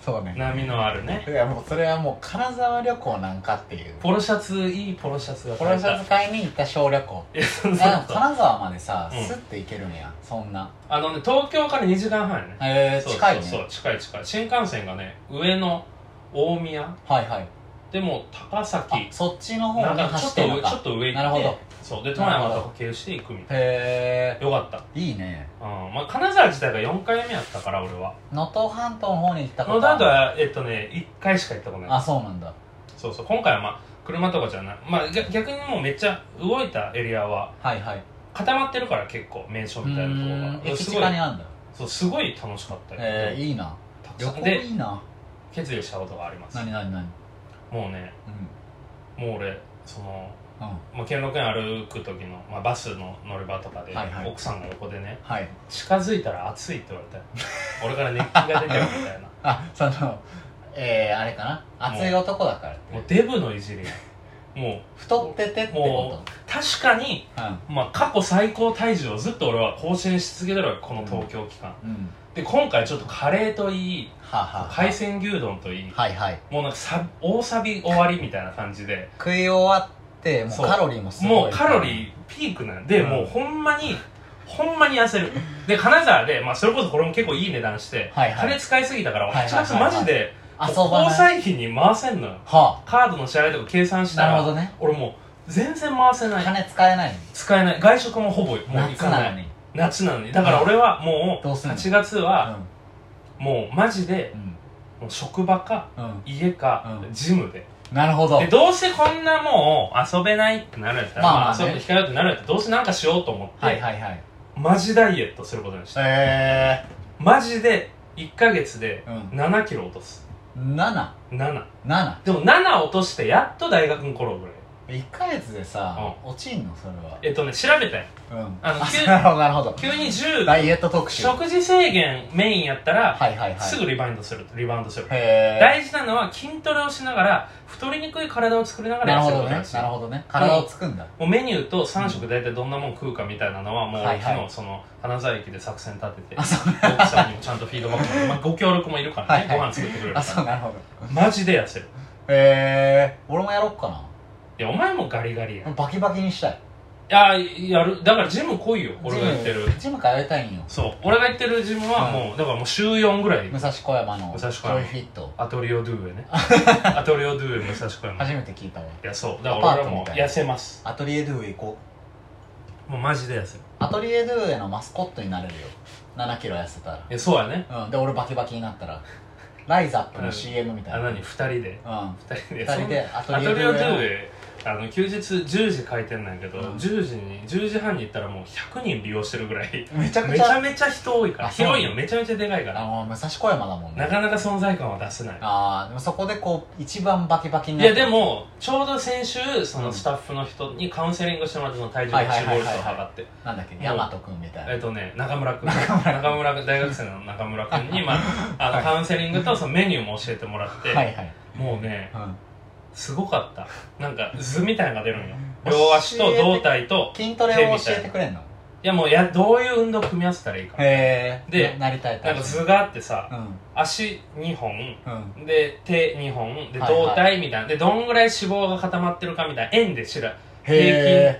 S1: そうね
S2: 波のあるね
S1: いやもうそれはもう金沢旅行なんかっていう
S2: ポロシャツいいポロシャツが
S1: ポロ
S2: 買え
S1: シ
S2: た
S1: ャツ買いに行った小旅行
S2: いやそ
S1: あ
S2: うそう
S1: でも金沢までさ
S2: うん
S1: スッて行けるんやそんな
S2: あのね東京から2時間半やね
S1: へえ
S2: そう
S1: 近い
S2: そうそ
S1: ね
S2: う近い近い新幹線がね上の大宮
S1: はいはい
S2: でも高
S1: あ
S2: 崎
S1: そっちの方
S2: なん
S1: に
S2: かちょ
S1: 走
S2: っ
S1: って
S2: と
S1: るの
S2: 上
S1: か
S2: ちょっと上行って
S1: なるほど
S2: そうで富山
S1: なる
S2: と
S1: ほど
S2: 経由していくみたい
S1: へ
S2: なよかった
S1: えいいね
S2: うんまあ、金沢自体が4回目やったから俺は
S1: 能登半島の方に行ったこ
S2: の
S1: と
S2: だと
S1: ある
S2: はえっとね1回しか行ったことない
S1: あそうなんだ
S2: そうそう今回はまあ車とかじゃない、まあ、逆逆にもうめっちゃ動いたエリアは
S1: はいはい
S2: 固まってるから結構名所
S1: う
S2: みたいなと
S1: ー
S2: こ
S1: ん
S2: ろが
S1: 駅
S2: すご
S1: 近に
S2: い
S1: あるんだ
S2: そうすごい楽しかったよ
S1: えーいいな
S2: たく
S1: 旅
S2: さん
S1: 行
S2: で
S1: いいな
S2: 決意したことがあります
S1: 何何何
S2: もうね
S1: う
S2: もう俺その、
S1: んうん
S2: まあ、兼六園歩く時の、まあ、バスの乗り場とかで、
S1: はいはい
S2: 奥さんが横でね
S1: はい
S2: 近づいたら暑いって言われたよ [LAUGHS] 俺から熱気が出てるみた
S1: [LAUGHS]
S2: いな
S1: あそのえー、あれかな熱い男だからって
S2: もうデブのいじりやもう
S1: 太っててってこ
S2: 確かに、
S1: と
S2: まあ、過去最高体重をずっと俺は更新し続けてるわけこの東京期間、
S1: うんうん
S2: で今回ちょっとカレーといい
S1: はあ、はあはあ
S2: 海鮮牛丼といい
S1: はいはい
S2: もうなんかさ大サビ終わりみたいな感じで
S1: 食い終わってもう
S2: そう
S1: カロリーもすごい
S2: もうカロリーピークなんで、
S1: うん
S2: もうほんまにほんまに痩せるで金沢で、まあ、それこそこれも結構いい値段して、
S1: はいはい
S2: 金使いすぎたから
S1: はいはいは
S2: 8
S1: いはい
S2: 月マジでもう
S1: 遊ば
S2: 交
S1: ない
S2: 際費に回せんのよ
S1: は
S2: カードの支払いとか計算
S1: あ
S2: した
S1: なる
S2: ら
S1: ほどね
S2: 俺もう全然回せない
S1: 金使えない
S2: 使えない外食もほぼもう行
S1: 夏
S2: かな
S1: なの
S2: い
S1: に
S2: 夏なのにだから俺はもう
S1: どうすんの
S2: 8月
S1: う
S2: は
S1: ん
S2: もうマジで
S1: うん
S2: もう職場か
S1: うん
S2: 家か
S1: うん
S2: ジムで
S1: なるほど
S2: でどうせこんなもう遊べないってなるやったら、
S1: まあ
S2: まあ
S1: まあね
S2: 遊ぶ控えようってなるやったらどうせなんかしようと思って、
S1: はいはいはい
S2: マジダイエットすることにした
S1: え
S2: マジで1ヶ月で
S1: えー、
S2: 7キロ落とす
S1: うん77
S2: 7でも7落としてやっと大学の頃ぐらい
S1: 1ヶ月でさ、落ちんのそれは
S2: えっとね調べたよ
S1: うん
S2: あの
S1: [LAUGHS]
S2: 急
S1: なるほどなるほど
S2: 急に10
S1: ダイエット特集はい
S2: 食事制限メインやったら、
S1: はいはい
S2: すぐリバウンドするリバウンドする
S1: へえ
S2: 大事なのは筋トレをしながら太りにくい体を作りながら
S1: なる
S2: 痩
S1: ほ
S2: せる
S1: ど
S2: こと
S1: ねな
S2: らしい
S1: るほどね体をつくんだ
S2: もうメニューと3食大体どんなもん食うかみたいなのはもう
S1: はいはい
S2: 昨日その金沢駅で作戦立てて
S1: あそう
S2: 奥さんにもちゃんとフィードバックも、まあ、ご協力もいるから
S1: は
S2: ね
S1: いはい
S2: ご飯作ってくれるか
S1: あそう
S2: ら
S1: なるほど
S2: マジで痩せる
S1: へえ俺もやろっかない
S2: やお前もガリガリやい
S1: バキバキにしたい
S2: ややるだからジム来いよ俺が言ってる
S1: ジムからやりたいんよ
S2: そう俺が言ってるジムはもう、だからもう週4ぐらい
S1: 武蔵小山の
S2: 武
S1: ジ
S2: 蔵小山
S1: ョイフィット
S2: [LAUGHS] アトリオドゥエねアトリオドゥエ武蔵小山
S1: 初めて聞いたわ
S2: いやそうだから俺はもう痩せます
S1: アトリエドゥへ行こ
S2: もうマジで痩せる
S1: うアトリエドゥへのマスコットになれるよ7キロ痩せた
S2: いやそうやね
S1: らうんで俺バキバキになった [LAUGHS] らライズアップの CM みた
S2: あ
S1: いなう
S2: 何
S1: ん
S2: 2人で2人で
S1: 2人でア
S2: そ
S1: ト
S2: のア
S1: リエ
S2: ト
S1: ド
S2: リオドゥ
S1: ゥへ
S2: エあの休日10時開店なんやけど、
S1: うん
S2: 10時に10時半に行ったらもう100人利用してるぐらい
S1: めちゃく
S2: め
S1: ち
S2: ちゃ
S1: ゃ
S2: めちゃ人多いから
S1: あそう
S2: 広いよめちゃめちゃでかいか
S1: あ
S2: ら
S1: の武蔵小山だもん
S2: な
S1: ね
S2: かなか存在感は出せない
S1: ああでもそこでこう一番バキバキに
S2: い
S1: な
S2: や
S1: った
S2: でもちょうど先週そうの
S1: ん
S2: スタッフの人にカウンセリングしてもらってその体重の脂肪率を測って
S1: なんだっけ
S2: も
S1: 大
S2: う
S1: 和くんみた
S2: え
S1: い
S2: っ
S1: な
S2: とね中村君中村君大学生の中村君に、
S1: [LAUGHS]
S2: まあ、あのカウンセリングとそのメニューも教えてもらって、
S1: はいはい
S2: もうね
S1: うん
S2: すごかったなんか図みたいなのが
S1: [LAUGHS]
S2: 出るんよ両足と胴体と
S1: 筋トレを教えてくれんの
S2: いやもうやどういう運動組み合わせたらいいか
S1: へえ
S2: で
S1: ななりたい
S2: なんか図があってさ
S1: うん
S2: 足2本
S1: うん
S2: で手2本で
S1: はいはい
S2: 胴体みたいな、でどんぐらい脂肪が固まってるかみたいな円で知ら平
S1: へ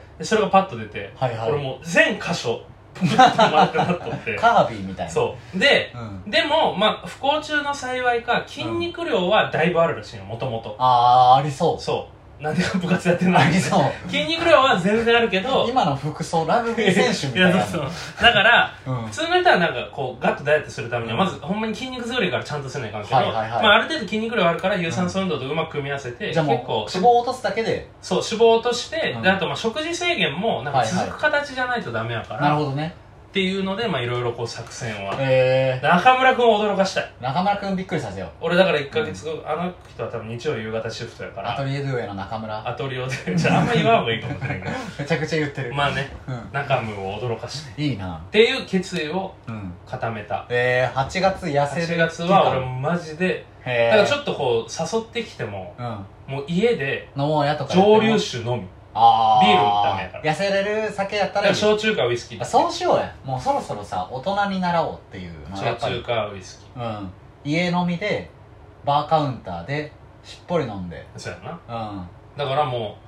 S2: 均でそれがパッと出て
S1: えはいはい
S2: 俺もう全箇所 [LAUGHS] プッと丸くなっとって
S1: カービィみたいな
S2: そうで
S1: うん
S2: でもまあ不幸中の幸いか筋肉量はだいぶあるらしいよもともと
S1: ああありそう
S2: そうなんで部活やってんの
S1: ありそう
S2: 筋肉量は全然あるけど
S1: 今の服装ラグビー選手みたい
S2: [LAUGHS] い
S1: な
S2: やそうそうだから
S1: うん
S2: 普通の人はなんかこうガッとダイエットするためにはまずほんまに筋肉作りからちゃんとせないかんけど、
S1: はいはいはい
S2: まあ、ある程度筋肉量あるから有酸素運動とうまく組み合わせて、
S1: じゃあもう
S2: 結構
S1: 脂肪を落とすだけで
S2: そう脂肪を落として、
S1: うん
S2: であとまあ食事制限もなんか
S1: はい
S2: 続
S1: は
S2: く形じゃないとダメやから、
S1: なるほどね
S2: っていうのでまあいろいろこう作戦は
S1: え
S2: 中村君を驚かしたい
S1: ー中村くんびっくりさせよう
S2: 俺だから1ヶ月後、あの人は多分日曜夕方シフトやか
S1: アト
S2: ら
S1: リエドゥエの中村
S2: アトリオで [LAUGHS] じゃああんま言わん方がいいかもしれ
S1: [LAUGHS]
S2: ないけ
S1: めちゃくちゃ言ってる
S2: どまあね
S1: うん
S2: 中村を驚かしたいっ
S1: いいな
S2: ていう決意を
S1: うん
S2: 固めた
S1: えー8月痩せる
S2: 8月は俺マジで
S1: へ
S2: だ
S1: え
S2: からちょっとこう誘ってきても
S1: うん
S2: もう家で
S1: 飲もうやとか言っても
S2: 蒸留酒のみ
S1: あ
S2: ビールダメやから
S1: 痩せれる酒やった
S2: だから
S1: い
S2: ら
S1: い
S2: 焼酎かウイスキー
S1: そうしようやもうそろそろさ大人になろうっていうのはやっ
S2: 焼
S1: ぱ
S2: 酎
S1: り、
S2: かウイスキ
S1: うん、家飲みでバーカウンターでしっぽり飲んで
S2: ーそうやな
S1: うんは
S2: だからも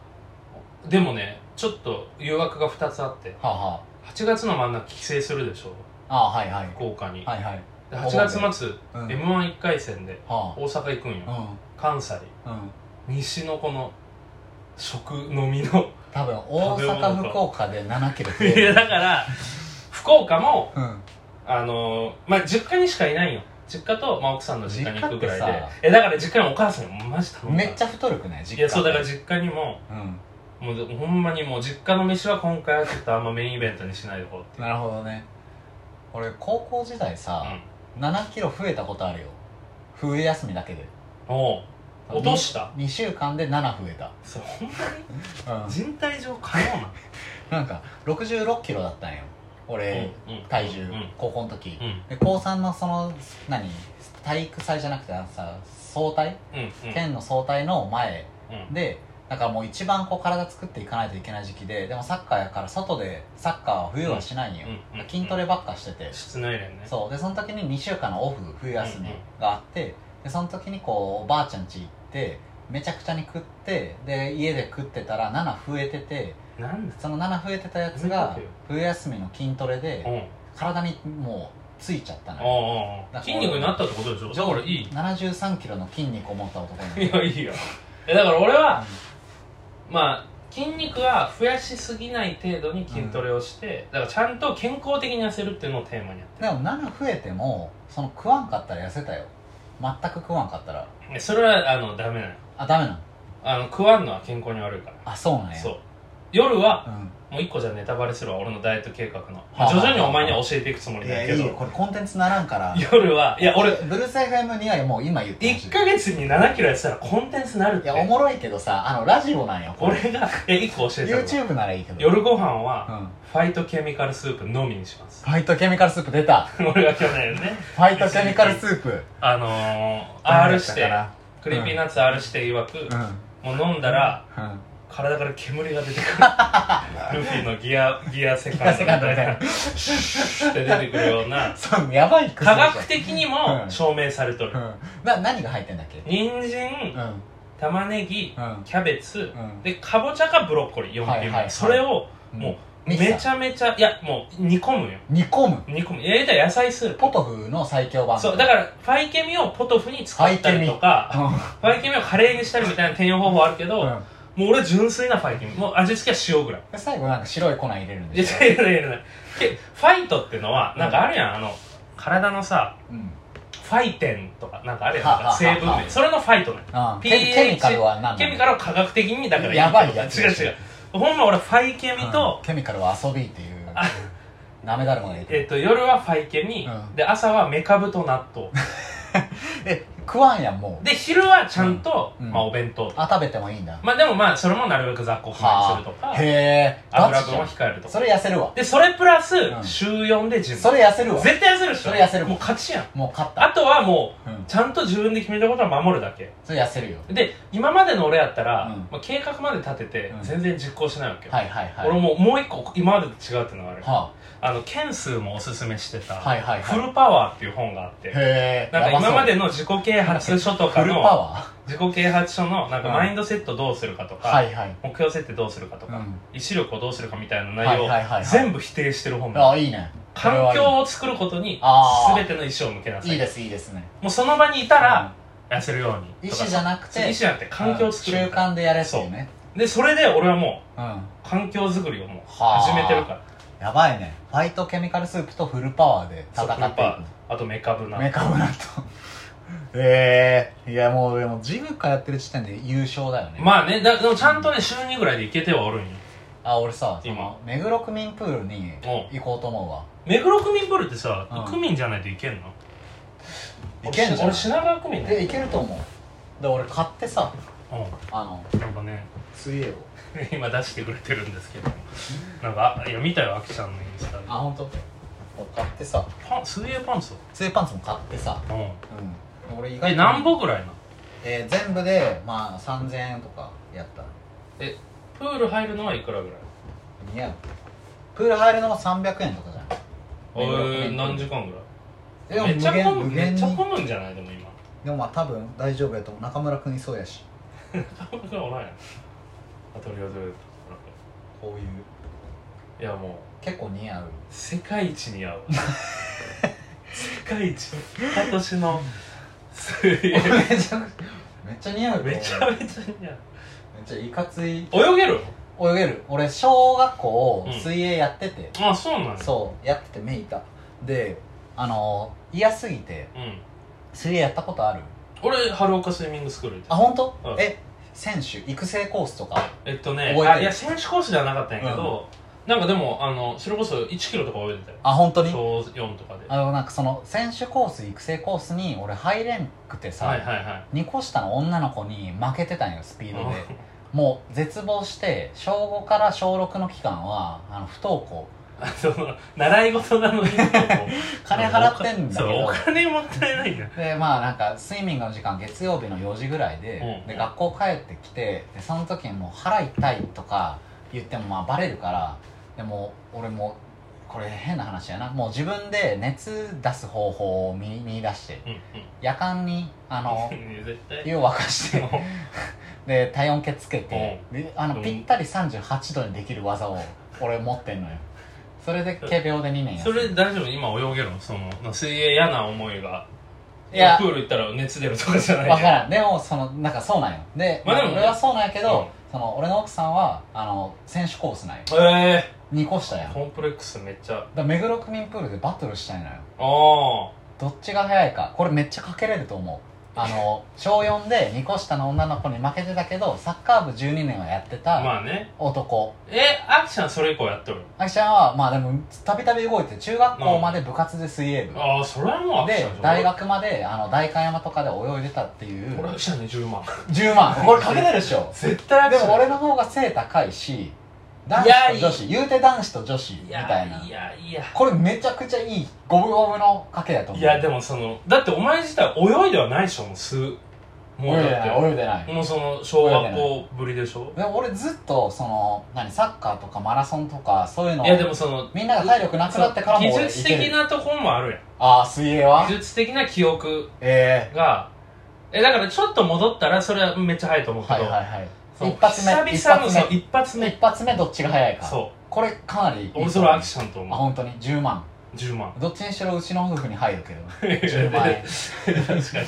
S2: うでもねちょっと誘惑が2つあって
S1: あ、は
S2: 8月の真ん中帰省するでしょ
S1: あ、ああはいはい
S2: 福岡に、
S1: はいはい
S2: で8月末
S1: うん
S2: m 1 1回戦で
S1: は
S2: 大阪行くんよ、
S1: あ
S2: 関西
S1: うんうん
S2: 西のこの食飲みの
S1: 多分大阪福岡で7キロ増
S2: い
S1: え
S2: や
S1: る
S2: だから福岡も
S1: うん
S2: あのーまあ実家にしかいないよ実家と、まあ、奥さんの実家に行くぐらい
S1: 実家っ
S2: で
S1: てさ
S2: えだから実家にお母さんにマジ頼んだ
S1: めっちゃ太るくない実家
S2: いやそうだから実家にも
S1: うん
S2: もうほんまにもう実家の飯は今回はちょっとあんまメインイベントにしないでこうっていう
S1: なるほどね俺高校時代さ、7キロ増えたことあるよ冬休みだけで
S2: うん、おう落とした
S1: 2週間で7増えた、
S2: そうほんまに
S1: うん、
S2: 人体上可能な
S1: なんか6 6キロだったんよ俺、
S2: うんうん
S1: 体重、
S2: うん
S1: 高校の時、
S2: うん
S1: で高3のその何体育祭じゃなくてあのさ総体
S2: うんうん
S1: 県の総体の前
S2: うん
S1: でだからもう一番こう体作っていかないといけない時期ででもサッカーやから外でサッカーは冬はしないんよ、
S2: うんうん
S1: 筋トレばっかしてて、
S2: 室内連ね
S1: そうでその時に2週間のオフ冬休みがあって、でその時にこうおばあちゃん家行ってめちゃくちゃに食ってで家で食ってたら7増えてて
S2: なんだ
S1: その7増えてたやつが冬休みの筋トレ
S2: うん
S1: で
S2: おう
S1: 体にもうついちゃったのよ
S2: おうおう筋肉になったってことでしょ
S1: じゃ
S2: だ
S1: あ
S2: から
S1: 俺
S2: いい
S1: 7 3キロの筋肉を持った男になる
S2: いやいいよえだから俺はまあ筋肉は増やしすぎない程度に筋トレをして、だからちゃんと健康的に痩せるっていうのをテーマにやって
S1: でも7増えてもその食わんかったら痩せたよ全く食わんかったら
S2: るえそれはあのダメなの
S1: あダメなの
S2: あの食わんのは健康に悪いか
S1: あそうなん
S2: ら
S1: や
S2: そう夜は
S1: うん
S2: もう一個じゃネタバレするわ俺のダイエット計画の、
S1: は
S2: ま
S1: あ
S2: あ、徐々にお前には教えていくつもり
S1: い
S2: だ
S1: や
S2: け
S1: いい
S2: ど
S1: よこれコンテンツならんから
S2: 夜はいや俺
S1: ブルース FM にはもう今言ってほしい
S2: 1ヶ月に7キロやってたらコンテンツなるっ
S1: い
S2: て
S1: やおもろいけどさあのラジオなんよこれ
S2: 俺がえ1個教えてる
S1: YouTube ならいいけど
S2: 夜ご飯
S1: う
S2: は
S1: ん
S2: ファイトケミカルスープのみにします [LAUGHS]
S1: ファイトケミカルスープ出た
S2: 俺が去年ね
S1: ファイトケミカルスープ
S2: あのー R し
S1: だ
S2: て
S1: か
S2: クリーピーナッツ R して曰く、
S1: らうん
S2: もう飲んだら
S1: うん
S2: 体から煙が
S1: [LAUGHS]
S2: 出てくるルフィのギアギアセ
S1: いや
S2: カンド
S1: セ
S2: み
S1: カンド
S2: た
S1: み
S2: い
S1: たい
S2: な
S1: [LAUGHS] な
S2: って出てくるよ
S1: [LAUGHS]
S2: うな
S1: そうやばい薬じゃ
S2: 科
S1: ん
S2: 学的にも
S1: うん
S2: 証明されと
S1: う
S2: る
S1: んな何が入ってんだっけ
S2: 人
S1: うんう
S2: 参
S1: ん
S2: 玉ねぎ
S1: うん
S2: キャベツ
S1: うん
S2: でかぼちゃかブロッコリー4
S1: はいは
S2: 品目、
S1: いはい
S2: それをもう
S1: ミキサー
S2: めちゃめちゃいやもう煮込むよ
S1: 煮込む
S2: 煮込むやりたい野菜スープ
S1: ポトフの最強版
S2: そうだからファイケミをポトフに使ったりとかファイケミをカレーにしたりみたいな転用方法あるけど、
S1: うん
S2: も
S1: うん
S2: う俺純粋なファイケミもう味付けは塩ぐらい
S1: で最後なんか白い粉入れるん
S2: いや
S1: で
S2: い
S1: しょ
S2: やいやいやけファイトってのはなんかあるやん、あの体のさ
S1: うん
S2: ファイテンとかなんかあるやんなんか
S1: はは
S2: 成
S1: は
S2: 分名それのファイトね
S1: ああケ
S2: PH
S1: ケミカルは何なの
S2: ケミカルを科学的にだから
S1: やばいやつ
S2: 違う違うほんま俺ファイケミ
S1: う
S2: と
S1: ん、ケミカルは遊びっていう
S2: あ
S1: なめだるまがい
S2: え
S1: て
S2: っと夜はファイケミ、
S1: うん
S2: で朝はメカブと納
S1: [LAUGHS]
S2: 豆
S1: え食わんやんもう
S2: で昼はちゃんと、
S1: うん
S2: まあ、お弁当
S1: あ食べてもいいんだ
S2: まあでもまあそれもなるべく雑穀米にするとか
S1: へえガ
S2: 油
S1: チじ
S2: 分
S1: ゃ
S2: を
S1: ん
S2: 控えるとか
S1: それ痩せるわ
S2: でそれプラス、
S1: ん
S2: 週4でジム
S1: それ痩せるわ
S2: 絶対痩せるでしょ
S1: それ痩せる
S2: もう勝ちやん
S1: もう勝った
S2: あとはも
S1: う
S2: うんちゃんと自分で決めたことは守るだけ
S1: それ痩せるよ
S2: で今までの俺やったら、
S1: うん
S2: まあ、計画まで立てて、
S1: うん
S2: 全然実行しないわけよ、
S1: はいはいはい
S2: 俺もうもう一個今までと違うっていうのがある、
S1: は
S2: あの件数もおすすめしてた、
S1: あはいはい
S2: フ
S1: はい
S2: ルパワーっていう本があって
S1: へえ
S2: なんか今まで
S1: の
S2: の自己啓発書と
S1: フ
S2: か
S1: ルパ
S2: の
S1: ワ
S2: 自己啓発書のなんか
S1: うん
S2: マインドセットどうするかと
S1: ー
S2: か、
S1: はいはい
S2: 目標設定どうするかと
S1: う
S2: か、
S1: ん
S2: 意志力をどうするかみたいな内容を
S1: はいはいはいはい
S2: 全部否定してる本
S1: ああいいねそれ
S2: 環
S1: はいい
S2: 境を作ることに
S1: あー
S2: 全ての意志を向けなさい
S1: いいですいいですね
S2: もうその場にいたら痩せるよう
S1: うん
S2: に
S1: 意
S2: とか
S1: 思じゃなくて
S2: そう意志じゃなくて環境を作る
S1: 習慣でやれっていうね
S2: でそれで俺はも
S1: うん
S2: う環境づくりをもう
S1: はあ
S2: 始めてるから
S1: やばいねファイトケミカルスープとフルパワーで戦
S2: そう
S1: ってい
S2: やっぱ
S1: く
S2: あとメカブな
S1: メカブラとええいやもうでもジムかやってる時点で優勝だよね、
S2: まあねだでもちゃんとね週2ぐらいでいけてはおるんよ
S1: あ俺さそ
S2: 今
S1: の目黒区民プールに行こうと思うわ
S2: 目黒区民プールってさ、
S1: うん
S2: 区民じゃないといけんの
S1: いけんじゃん
S2: 俺品川区民だよ、
S1: で行けると思うで俺買ってさ
S2: う
S1: あの
S2: ん、なんかね [LAUGHS]
S1: 水泳を
S2: 今出してくれてるんですけどなんかあいや見たよあきちゃんのインスタで
S1: あ本当。俺買ってさ
S2: パン水泳パンツ
S1: 水泳パンツも買ってさ
S2: うん
S1: うん俺意外
S2: え
S1: と
S2: 何本ぐらいなの
S1: えー全部でまあ3000円とかやった
S2: えプール入るのはいくらぐらい
S1: 似合うプール入るのも300円とかじゃない
S2: えー、何時
S1: 時
S2: 間ぐらい
S1: でも
S2: めっちゃ混む
S1: 無
S2: め
S1: 限
S2: っちゃ
S1: に
S2: 混むんじゃないでも今 [LAUGHS]
S1: でもまあ多分大丈夫やと思う中村君いそうやし
S2: 多分おらんやんあとりあえず
S1: こういう
S2: いやもう
S1: 結構似合う
S2: 世界一似合う世界一今年の水泳
S1: [LAUGHS]
S2: [LAUGHS]
S1: めちゃくちゃめっちゃ似合うよ
S2: めちゃめちゃ似合う
S1: めっちゃいかつい
S2: 泳げる
S1: 泳げる俺小学校
S2: うん
S1: 水泳やってて、
S2: あそうなんだ
S1: そうやってて目いたであの嫌すぎて
S2: うん
S1: 水泳やったことある
S2: 俺春岡スイミングスクール行ってた
S1: あ本当、
S2: うん
S1: え選手育成コースとか
S2: えっとね
S1: 覚えてる
S2: あいや選手コースではなかったんやけど、なんかでもあのそれこそ1キロとか泳いでたよ
S1: あ本当に
S2: 小4とかでは
S1: あのなんかその選手コース育成コースに俺入れんくてさ、
S2: いはいは
S1: 2個下の女の子に負けてたんよスピ
S2: い
S1: ードでもう絶望して小5から小6の期間はあの不登校
S2: あその習い事なのに
S1: 金払ってんだけ
S2: そうお
S1: ど
S2: 金もったいないんだ
S1: でまあなんかスイミングの時間月曜日の4時ぐらいで,、
S2: うん
S1: で学校帰ってきてでその時にもう腹痛いとか言ってもまあバレるからでもう俺もうこれ変な話やなもう自分で熱出す方法を見見出して
S2: うんうん
S1: 夜間にあ
S2: [LAUGHS]
S1: の
S2: 絶対
S1: 湯を沸かして
S2: [LAUGHS] もう
S1: で体温計つけて、であのぴったり38度にできる技を俺持ってんのよそれで仮病で2年や
S2: それ大丈夫今泳げるのその水泳嫌な思いが
S1: いや
S2: プール行ったら熱出るとかじゃない
S1: 分からんでもそのなんかそうなんよで,、
S2: まあでも
S1: 俺はそうなんやけど、
S2: うん
S1: その俺の奥さんはあの選手コースなんよ
S2: え
S1: 2個下
S2: え
S1: やんだか
S2: コンプレックスめっちゃ
S1: ら目黒区民プールでバトルしたいのよ
S2: ああ
S1: どっちが早いかこれめっちゃかけれると思うあの小4で2個下の女の子に負けてたけどサッカー部12年はやってた
S2: まあね
S1: 男、
S2: えアキちゃんそれ以降やっとる
S1: アキちゃんはまあでもたびたび動いて中学校まで部活で水泳部、
S2: ああそれはもうアキち
S1: で
S2: ゃんじゃん
S1: 大学まであの代官山とかで泳いでたっていう
S2: 俺アキちゃんね10万
S1: 10万これかけれるでしょ
S2: 絶対アキ
S1: で
S2: ちゃん
S1: も俺の方が背高いし男
S2: いや
S1: 子
S2: いい
S1: と女子言うて男子と女子み
S2: いや
S1: たいない
S2: やいや
S1: これめちゃくちゃいい五分五分の賭けだと思
S2: いうやで
S1: も
S2: もそのだってお前自体泳いではないでしょもうすもう
S1: 泳いで
S2: だ
S1: な
S2: っ
S1: い泳いでない
S2: てもうその小学校ぶりでしょ
S1: でも俺ずっとその何サッカーとかマラソンとかそういうの
S2: いやでもその
S1: みんなが体力なくなってからも
S2: 技
S1: 俺
S2: 術
S1: いけ
S2: 的
S1: る
S2: なところもあるやん
S1: ああ水泳は
S2: 技術的な記憶
S1: え
S2: がえだからちょっと戻ったらそれはめっちゃ早いと思
S1: え
S2: うけ
S1: はい
S2: ど、
S1: はいはい
S2: そう
S1: 一発目
S2: 久々のそう
S1: 一
S2: 一発
S1: 発目
S2: 目
S1: 一発目どっちが早いか
S2: そ
S1: これかなりいいうと思う
S2: 俺それアキションと
S1: あ
S2: 思
S1: 本当に10万
S2: う10万
S1: どっちにしろうちの夫婦に入るけど
S2: [LAUGHS]
S1: 10
S2: 10
S1: 万円
S2: 万確かに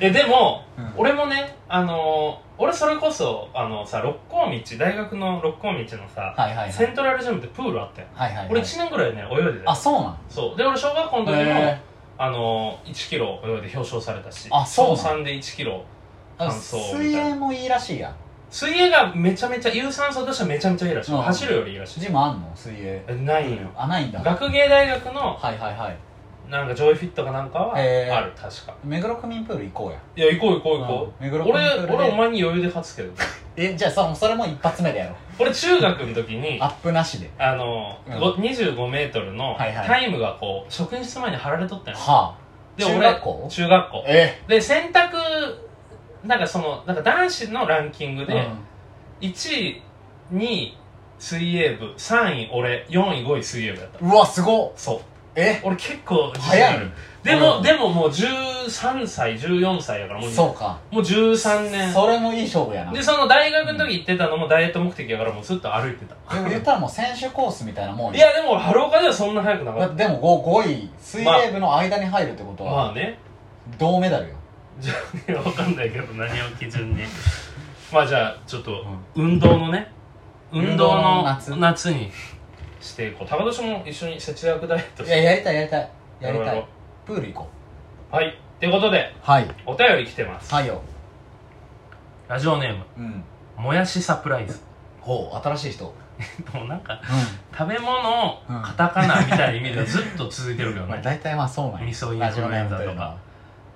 S2: えでも、
S1: [LAUGHS] うん
S2: 俺もねあのー俺それこそあのさ六甲道大学の六甲道のさ、
S1: はいはいはい
S2: セントラルジムってプールあったよ
S1: はいはいはい
S2: 俺1年ぐらいね泳いでた
S1: あ
S2: よ
S1: そうなん
S2: そうで俺小学校の時も、
S1: え
S2: あのー、1キロ泳いで表彰されたし
S1: あそうなの
S2: 小3で1キロ
S1: ー、
S2: 感想みたいな
S1: 水泳もいいらしいやん
S2: 水泳がめちゃめちゃ有酸素としてはめちゃめちゃいいらしい、
S1: うん
S2: 走るよりいいらしい
S1: ジムあんの水泳
S2: えないんよ
S1: あないんだ
S2: 学芸大学の
S1: はいはいはい
S2: なんかジョイフィットかなんかはある、
S1: へー
S2: 確か
S1: 目黒区民プール行こうや
S2: いや行こう行こう行こ
S1: うん目
S2: う、
S1: 黒区民プ
S2: 俺
S1: ールで
S2: 俺お前に余裕で勝つけど
S1: えじゃあそそれも一発目でやろう
S2: 俺中学の時に
S1: アップなしで
S2: あの、
S1: うん
S2: ご25メートルの
S1: はいはい
S2: タイムがこう職員室前に貼られとったんよ、
S1: はあ
S2: で
S1: 中学校
S2: 中学校
S1: え
S2: で選択なんかそのなんか男子のランキング
S1: う
S2: で
S1: ん
S2: 1位2位水泳部3位俺4位5位水泳部やった
S1: うわすごっ
S2: そう
S1: え
S2: 俺結構自信
S1: 早
S2: あ
S1: い
S2: る
S1: ね
S2: でも、
S1: うん
S2: でももう13歳14歳やからもう
S1: そうか
S2: もう13年
S1: それもいい勝負やな
S2: でその大学の時行ってたのもダイエット目的やからもうずっと歩いてた
S1: でも言ったらもう選手コースみたいなもん
S2: い
S1: や
S2: やでも春岡ではそんな速くなか
S1: だ
S2: っ
S1: ったてでも 5, 位水泳部の間に入るってことは
S2: まあね
S1: 銅メダルよ、
S2: じゃあ [LAUGHS] 分かんないけど何を基準にまあじゃあちょっと運動のね運動
S1: 運動の
S2: の
S1: 夏
S2: 夏にしていこう高年も一緒に節約ダイエットし
S1: いや
S2: て
S1: やりたいやりたいやりた
S2: やろうやろ
S1: いプール行こ
S2: うはいってことで
S1: うはい
S2: お便り来てます
S1: はいよ
S2: ラジオネーム
S1: うん
S2: もやしサプライズ [LAUGHS]
S1: ほう新しい人
S2: もうなんか
S1: う
S2: 食べ物
S1: うん
S2: カタカナみたいな意
S1: [LAUGHS]
S2: 味でずっと続いてるけど
S1: んまあ
S2: ね
S1: 大体まあそうなん
S2: 味噌イン
S1: ラ
S2: フ
S1: ジ
S2: ル
S1: オネ
S2: エ
S1: ー
S2: ン
S1: ム
S2: ザ
S1: とい
S2: と
S1: うのは
S2: か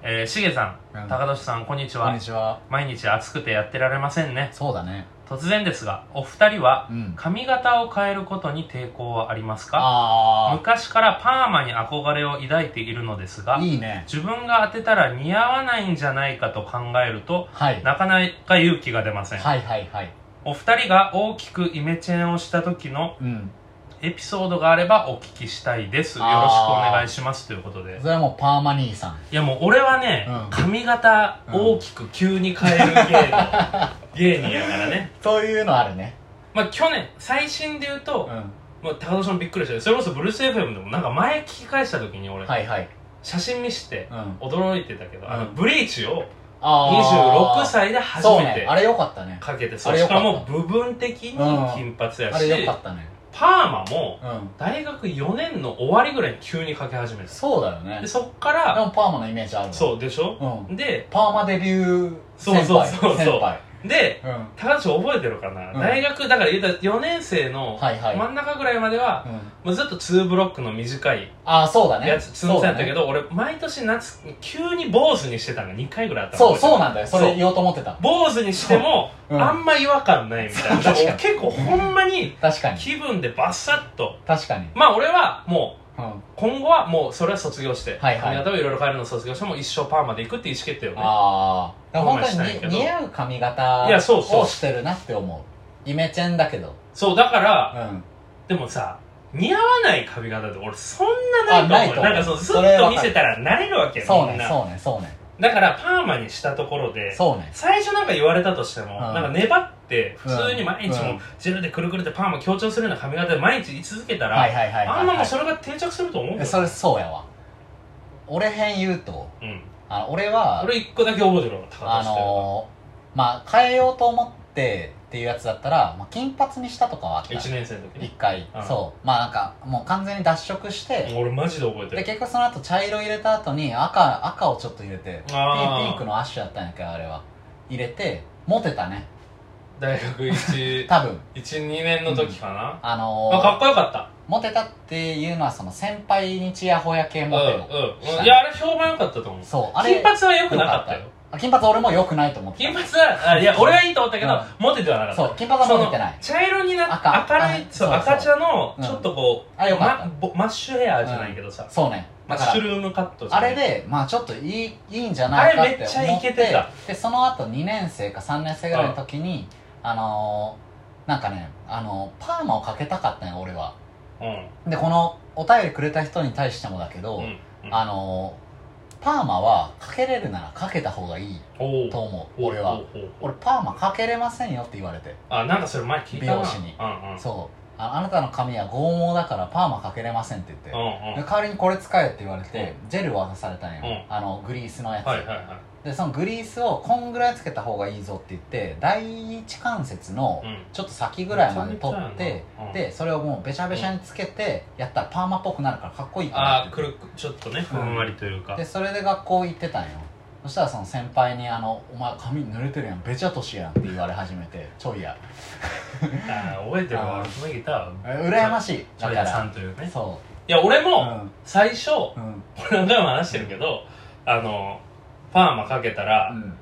S2: えーしげさ
S1: うん
S2: ん高年さんこんにち
S1: こん
S2: は
S1: にちは
S2: 毎日暑くてやってられませんね
S1: そうだね
S2: 突然ですがお二人は
S1: うん
S2: 髪型を変えることに抵抗はありますか
S1: あ
S2: 昔からパーマに憧れを抱いているのですが
S1: あいいね
S2: 自分が当てたら似合わないんじゃないかと考えると
S1: はい
S2: なかなか勇気が出ません、
S1: はいはいはい
S2: お二人が大きくイメチェンをした時の
S1: うん
S2: エピソードがあればお聞きしたいですよろしくお願いしますということで
S1: それはもうパーマ兄さん
S2: いやもう俺はね、
S1: うん
S2: 髪型大きく急に変える芸の
S1: [LAUGHS]
S2: 芸人やからね
S1: そういうのあるね
S2: まあ去年最新で言うと、
S1: うん
S2: まあ、高田さんびっくりしたよそれこそブルース FM でもなんか前聞き返した時に俺、
S1: はいはい
S2: 写真見して
S1: うん
S2: 驚いてたけど、あ
S1: う
S2: の
S1: ん
S2: ブリーチを
S1: ああ
S2: 26歳で初
S1: そう
S2: め
S1: ね
S2: て
S1: あれよかったね
S2: かけて
S1: あ
S2: そ
S1: れ
S2: う
S1: よ
S2: し
S1: かっ
S2: か
S1: た
S2: も部分的に金髪や
S1: あれよ
S2: し
S1: かったね
S2: パーマも
S1: うん
S2: 大学4年の終わりぐらいに急にかけ始めた
S1: そうだよね
S2: で
S1: で
S2: そっから
S1: もパーマのイメージあるう、
S2: そうでしょ
S1: うん、
S2: で
S1: パーマデビュー先輩
S2: そうそうそうそう
S1: 先輩
S2: で
S1: うん
S2: 高橋覚えてるかな、
S1: うん
S2: 大学だから言うたら4年生の
S1: はいはい、
S2: 真ん中ぐらいまでは、
S1: うん、
S2: もうずっと2ブロックの短い
S1: ああそうだね
S2: やつ積ん
S1: そう
S2: で
S1: だ
S2: たけ
S1: ね
S2: ど、俺毎年夏急に坊主にしてたのが2回ぐらいあったの
S1: そうそうなんだよそ
S2: そ
S1: れ
S2: う
S1: 言おうと思ってた
S2: 坊主にしても、
S1: うん
S2: あんま違和感ないみたいな
S1: そう確かに
S2: 俺結構ほんまに
S1: 確かに
S2: 気分でバッサッと
S1: 確かに
S2: まあ俺はもう
S1: うん
S2: 今後はもうそれは卒業して、
S1: はいはい
S2: 髪型をいろいろ変えるのを卒業してもう一生パーマでいくっていう意思決定をね
S1: ああだから本
S2: 我慢し
S1: 当
S2: ないけ
S1: に
S2: ど
S1: 似似合う髪型
S2: いやそうそう
S1: をしてるなって思うイメチェンだけど
S2: そうだから
S1: うん
S2: でもさ似合わない髪型って俺そんなないと思う
S1: あな
S2: な
S1: い
S2: ん
S1: と
S2: か
S1: 思う
S2: そうず
S1: それ
S2: っ
S1: は
S2: と
S1: 分
S2: 見
S1: かる
S2: せたら慣れるわけよ
S1: そう
S2: み
S1: ね
S2: んな、
S1: そうねそうね
S2: だからパーマにしたところで
S1: そうね
S2: 最初なんか言われたとしても、
S1: うん
S2: なんか粘って普通に毎日
S1: う
S2: も
S1: ん
S2: ジェルでくるくるってパーマ強調するような髪型で毎日言い続けたら、
S1: はいはいはいはいはい
S2: あんまもうそれが定着すると思うよ
S1: えそれそうやわ俺編言うと
S2: うん
S1: あの俺は
S2: 俺一個だけ覚えてるわ高
S1: あ
S2: 橋して
S1: のーまあ変えようと思ってっていうやつだったら、まあ、金髪にしたとかはあった
S2: 1年生の時
S1: 一
S2: ね
S1: 回、
S2: うん
S1: そうまあなんかもう完全に脱色して、
S2: 俺マジで覚えて
S1: で
S2: る
S1: 結局その後茶色入れた後に赤赤をちょっと入れてピ
S2: あー
S1: ンピンクのアッシュやったんやけどあれは入れてモテたね
S2: 大学112
S1: 多分
S2: 年の時かな、
S1: あのー
S2: あかっこよかった
S1: モテたっていうのはその先輩にちやほや系
S2: うん
S1: モ
S2: う
S1: テ
S2: ん
S1: を、
S2: うんいやあれ評判良かったと思う
S1: そうあれ
S2: 金髪は良くなかったよ
S1: 良あ金髪俺も良くないと思ってた
S2: 金髪はあいや俺はいいと思ったけど、
S1: うん
S2: モテてはなかった
S1: そう金髪はモテてない
S2: 茶色になっ
S1: 赤
S2: 明るい
S1: あ
S2: そう
S1: そうそう
S2: 赤茶の
S1: うん
S2: ちょっとこう、
S1: あよかった
S2: まぼマッシュヘアじゃないけどさ、
S1: そうね
S2: マ
S1: だ
S2: ッ
S1: か
S2: シュ
S1: ら
S2: ルームカットじゃ
S1: あ
S2: な
S1: れ
S2: い
S1: でまあちょっといいいいんじゃないかって思って
S2: あれめっちゃイケてた
S1: でその後2年生か3年生ぐらいの時に、あのーなんかね、あのーパーマをかけたかったんよ俺はでこのお便りくれた人に対してもだけど、
S2: うん、うんうん、
S1: あのーパーマはかけれるならかけた方がいい
S2: おう
S1: と思う
S2: おう
S1: 俺は
S2: おうおうおう
S1: 俺パーマかけれませんよって言われて
S2: あなんかそれ前聞いたな
S1: 美容師に
S2: うんうん
S1: そうああなたの髪は剛毛だからパーマかけれませんって言って、
S2: うんうん
S1: で代わりにこれ使えって言われて、ジェルを渡されたんよ、
S2: うん
S1: あのグリースのやつ、
S2: はいはいは
S1: でそのグリースをこんぐらいつけた方がいいぞって言って第一関節の
S2: い、うん
S1: ちょっと先ぐらいまで取って、
S2: うん
S1: でそれをもうべちゃべちゃにつけてやったらパーマっぽくなるからかっこいいかな
S2: ああ
S1: って
S2: く
S1: 言っ
S2: るくちょっとねふんわりというか、
S1: てでそれで学校行ってたんよそしたらその先輩に「あのお前髪濡れてるやんべちゃとしやん」って言われ始めてちょいや
S2: あー覚えてる
S1: あ
S2: わ
S1: ー
S2: そのギターは
S1: え羨ましい
S2: チ
S1: だ
S2: ョ
S1: か
S2: イヤさ
S1: ら
S2: んというね
S1: そ
S2: いや俺
S1: うう
S2: も
S1: ん
S2: 最初
S1: うん
S2: これ何回も話してるけどあのパーマかけた
S1: う
S2: ら
S1: ん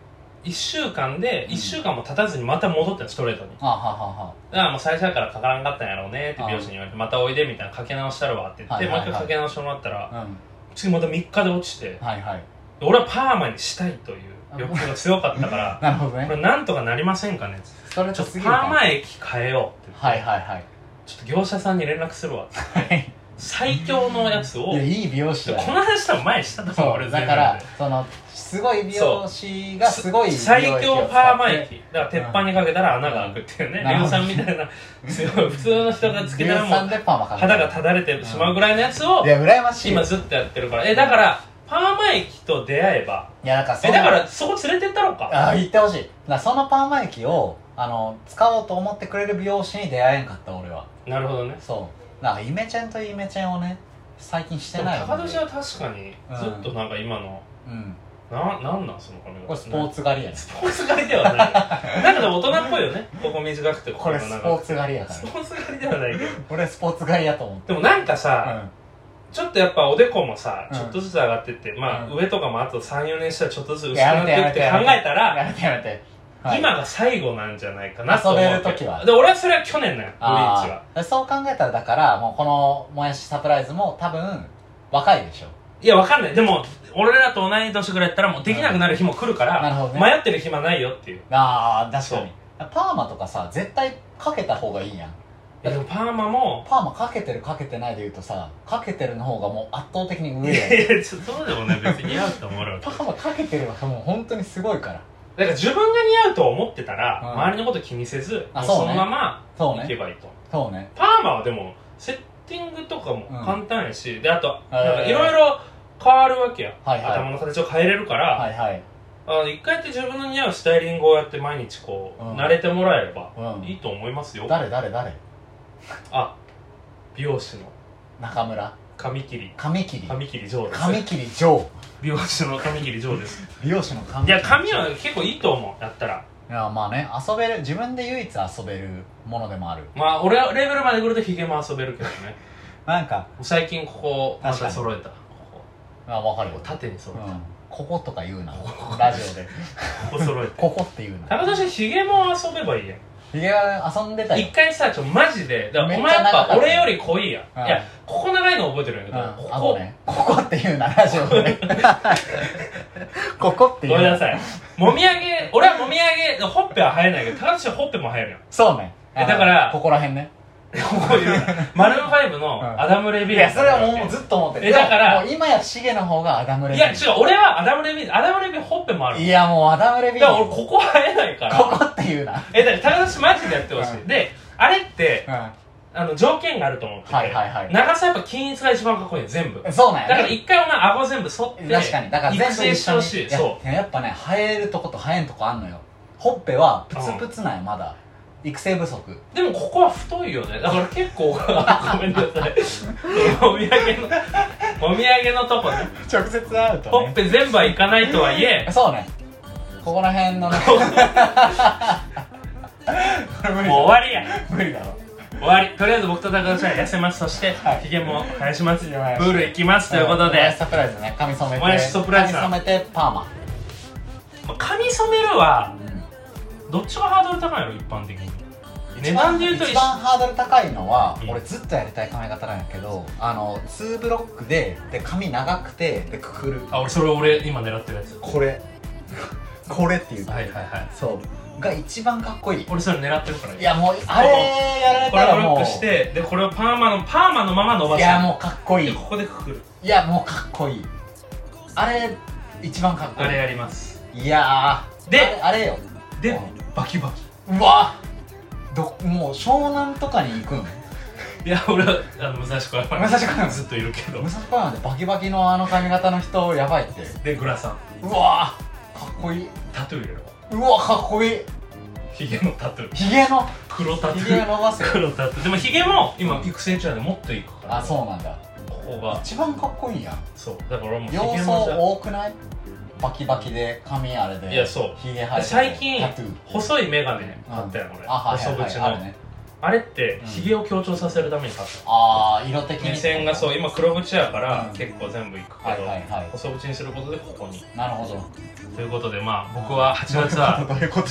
S2: 1週間で
S1: うん
S2: 1週間も経たずにまた戻ったのストレートにだ
S1: あははは
S2: からもう最初だからかからんかったんやろうねって美容師に言われてまたおいでみたいなかけ直したるわって言っ
S1: はい
S2: てもう
S1: はい
S2: 一
S1: はい
S2: 回かけ直してもらったら
S1: はうん
S2: 次また3日で落ちて
S1: はいはい
S2: 俺はパーマにしたいという
S1: [LAUGHS]
S2: 欲求が強かったから
S1: なるほど
S2: こ
S1: ね
S2: れなんとかなりませんかねって
S1: ストレー
S2: ち
S1: ト
S2: ょっと
S1: すぎ
S2: パ
S1: る
S2: ー
S1: かも
S2: マ液変えようって言って
S1: はいはいはい
S2: ちょっと業者さんに連絡するわって
S1: はい
S2: 最強のやつを
S1: いやいい美容師
S2: ちょ
S1: だ
S2: こ
S1: よ
S2: の話多分前にしたと思う
S1: そ
S2: 俺
S1: う
S2: 全
S1: だ
S2: 部
S1: からそのすごい美容師がすごい美容液を使っ
S2: 最
S1: て
S2: 強パーマ液だから鉄板にかけたら穴が開くっていうね
S1: うん
S2: レオさんみた
S1: [LAUGHS]
S2: いな強い普通の人がつけたら
S1: 硫酸
S2: もう
S1: でパーマかけて
S2: 肌がただれてしまうぐらいのやつを
S1: いや羨ましい
S2: 今ずっとやってるからえだからパーマ液と出会えば
S1: いやだからそ
S2: え
S1: の
S2: だからそこ連れてったろか
S1: ああ言ってほしいだからそのパーマ液をあの使おうと思ってくれる美容師に出会えんかった俺は
S2: なるほどね
S1: そうだからイメチェンとイメチェンをね最近し
S2: で
S1: て
S2: も
S1: ないよ
S2: 高年は確かにずっとなんか今の
S1: うん
S2: ななんなんその髪型
S1: これスポーツ狩りやね
S2: スポーツ狩りでは
S1: [LAUGHS]
S2: ないなんかでも大人っぽいよねここ短くてこ
S1: こ
S2: こ
S1: れ
S2: が
S1: スポー
S2: 長くて
S1: ツ狩りやから
S2: スポーツ狩りではないけど
S1: 俺スポーツ狩りやと思って
S2: でもなんかさ、ちょっとやっぱおでこもさ、
S1: うん
S2: ちょっとずつ上がってって、まあ、
S1: うん
S2: 上とかもあと34年したらちょっとずつ
S1: う
S2: 薄
S1: ん
S2: くなっていくって考えたら
S1: やめてやめてはい
S2: 今が最後なんじゃないかなと思うわけ
S1: 遊べる時は
S2: で俺はそれは去年なのブリーチは
S1: あーそう考えたらだからもうこのもやしサプライズも多分若いでしょ
S2: いやわかんないでも俺らと同い年ぐらいやったらもうできなくなる日も来るか
S1: な
S2: ら、
S1: るほどね
S2: 迷ってる暇ないよっていう
S1: ああ確かにパーマとかさ絶対かけた方がいいやん
S2: いやでもパーマも
S1: パーマかけてるかけてないで言うとさかけてるの方がもう圧倒的に
S2: い
S1: 上やん
S2: やいやちょっとそうでもね別に似合うと思うよ
S1: パーマかけてるはもう本当にすごいから
S2: だから自分が似合うと思ってたら、
S1: うん
S2: 周りのこと気にせず
S1: あ
S2: もう
S1: そ
S2: そう
S1: ね
S2: のまま
S1: そう
S2: いけ
S1: ね
S2: ばいいと、
S1: そうね
S2: パーマはでもセッティングとかも簡単やし、であと
S1: えー
S2: いろいろ変わるわけや、
S1: はいはい
S2: 頭の形を変えれるから、
S1: はいはい
S2: あの一回やって自分の似合うスタイリングをやって毎日こう、
S1: うん
S2: 慣れてもらえれば
S1: うん
S2: いいと思いますよ
S1: 誰誰誰
S2: あ美容師の
S1: 中村
S2: 髪切り
S1: 髪切り
S2: 髪切り上です
S1: 髪切りジョー
S2: 美容師の髪切り上です
S1: 美容師の髪
S2: [LAUGHS] いや髪は結構いいと思うやったら
S1: いやまあね遊べる自分で唯一遊べるものでもある
S2: まあ俺はレベルまで来るとヒゲも遊べるけどね [LAUGHS]
S1: なんか
S2: 最近ここま
S1: 確か
S2: た
S1: に
S2: 揃えたここ
S1: あ分かる
S2: こ
S1: よ
S2: う、縦に揃
S1: う
S2: えた、
S1: ん、こことか言うな
S2: こ
S1: ラジオで
S2: ここ揃えて
S1: [LAUGHS] ここって言う
S2: 田
S1: な
S2: 中さんヒゲも遊べばいいやん
S1: ひげは遊んでたよ
S2: 一回さちょマジでだから
S1: めっ
S2: お
S1: ちゃ
S2: 前やっ
S1: 長かった
S2: ぱ俺より濃いやん、
S1: うん
S2: いやここ長いの覚えてるんやけ
S1: うん、
S2: ど、
S1: あ
S2: こ
S1: と
S2: こ、
S1: ねここって言うなラジオ
S2: [LAUGHS]
S1: でここって
S2: ご
S1: 言う
S2: めんなさいもみあげ俺はもみあげほっぺは生えないけど高橋はほっぺも生える
S1: [LAUGHS]
S2: よ
S1: そうね
S2: えだから
S1: ここら辺ね
S2: ここいうなマルーン5
S1: うん
S2: のアダム・レ
S1: い
S2: ビーン
S1: やそれはもうずっと思ってる
S2: えだから
S1: もう今やシゲの方がアダムレ
S2: い
S1: ビ
S2: や
S1: ン
S2: 違う俺はアダム・レビーンアダム・レビーンほっぺもある
S1: いやもうアダムレビ
S2: だ
S1: ン
S2: から俺ここ生えないから
S1: ここって言うな
S2: えだから高橋マジでやってほしい、
S1: う
S2: であれって
S1: う
S2: あの条件があると思ってて、
S1: はいはいはい
S2: 長さやっぱ均一が一番かっこいいね全部だ
S1: んそうなん
S2: か
S1: や
S2: ら
S1: ね
S2: 一回お前顎全部剃って
S1: 確かにだから
S2: 育
S1: 全部
S2: 成
S1: 一
S2: して
S1: 緒
S2: ほ
S1: に
S2: しい
S1: いや
S2: そ
S1: いややっぱね生えるとこと生えんとこあんのよほっぺはプツプツなんよまだ育成不足
S2: うでもここは太いよねだから結構ごめんなさいお土産のお土産のとこね
S1: 直接会うと
S2: ほっぺ全部はいかないとはいえ
S1: そうねここら辺のねこれ無理
S2: もう終わりや
S1: 無理だろ
S2: 終わりとりあえず僕と高橋は痩せますそして
S1: はい
S2: ひげも生やしますプ
S1: ひげも生やし
S2: ール行きますということ
S1: もや
S2: で
S1: しサプライズね髪染めて
S2: もやしサプライズだ
S1: 髪染めてパーマ
S2: まあ髪染めるは
S1: うん
S2: どっちがハードル高いの一般的に値
S1: 一番
S2: 段で言うと
S1: 一番ハードル高いのは、
S2: うん
S1: 俺ずっとやりたい髪型なんやけどあの2ブロックでで髪長くてでくくる
S2: あ俺それ俺今狙ってるやつ
S1: これ [LAUGHS] これっていう、
S2: はいはいはい
S1: そうが一番かっこいい
S2: 俺それ狙ってるから
S1: いやもうあれやられ
S2: これ
S1: たら
S2: をブロ
S1: も
S2: ッ
S1: う
S2: クしてでこれをパーマのパーマのまま伸ば
S1: い
S2: す
S1: やもうかっこい
S2: で
S1: い
S2: ここでくくる
S1: いやもうかっこいいあれ一番かっこい
S2: あれやります
S1: いいやー
S2: で
S1: あれあれよ
S2: で
S1: うん
S2: バキバキ
S1: うわどもう湘南とかに行くん
S2: いや俺はあの武蔵小山に
S1: 武蔵小山
S2: ずっといるけど
S1: 武蔵小山でバキバキのあの髪型の人やばいって
S2: でグラサン
S1: うわかっこいい
S2: タトゥー入れろ
S1: うわかっこいい
S2: ヒゲのタトゥー
S1: ひげの
S2: 黒タトゥ
S1: ひげ
S2: ー
S1: 伸ばす
S2: [LAUGHS]
S1: よ
S2: 黒タトゥーでもヒゲも今育成中なんでもっといくから
S1: あそうなんだ
S2: ここが
S1: 一番かっこいいやん
S2: そうだから俺もうヒ
S1: 要
S2: ゲ
S1: 素
S2: もじゃ
S1: 多くないバキバキで髪あれで
S2: いやそう
S1: ひげ生えて
S2: 最近
S1: タトゥー
S2: 細い眼鏡買ったやん俺
S1: あはいは
S2: 細
S1: い、はい、
S2: 縁
S1: ある
S2: の
S1: ね
S2: あれって
S1: うん
S2: ヒゲを強調させるために買っ
S1: ああ色的
S2: た
S1: に
S2: 目線がそう今黒縁やから
S1: うん
S2: 結構全部いくけ
S1: はい
S2: ど
S1: はいはい
S2: 細縁にすることでここに
S1: なるほど
S2: ということでまあ僕は8月は
S1: どういうこと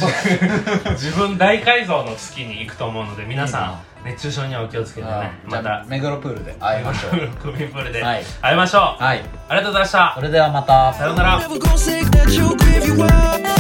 S2: 自分大改造の月に行くと思うので皆さん熱中症にはお気をつけてね
S1: じ
S2: ま
S1: ゃあ
S2: た
S1: 目黒プールで会いましょ
S2: [LAUGHS]
S1: う
S2: クミプールで
S1: はい
S2: 会いましょう
S1: はい
S2: ありがとうございました
S1: それではまた
S2: さようなら
S3: never gonna say that you'll give you up.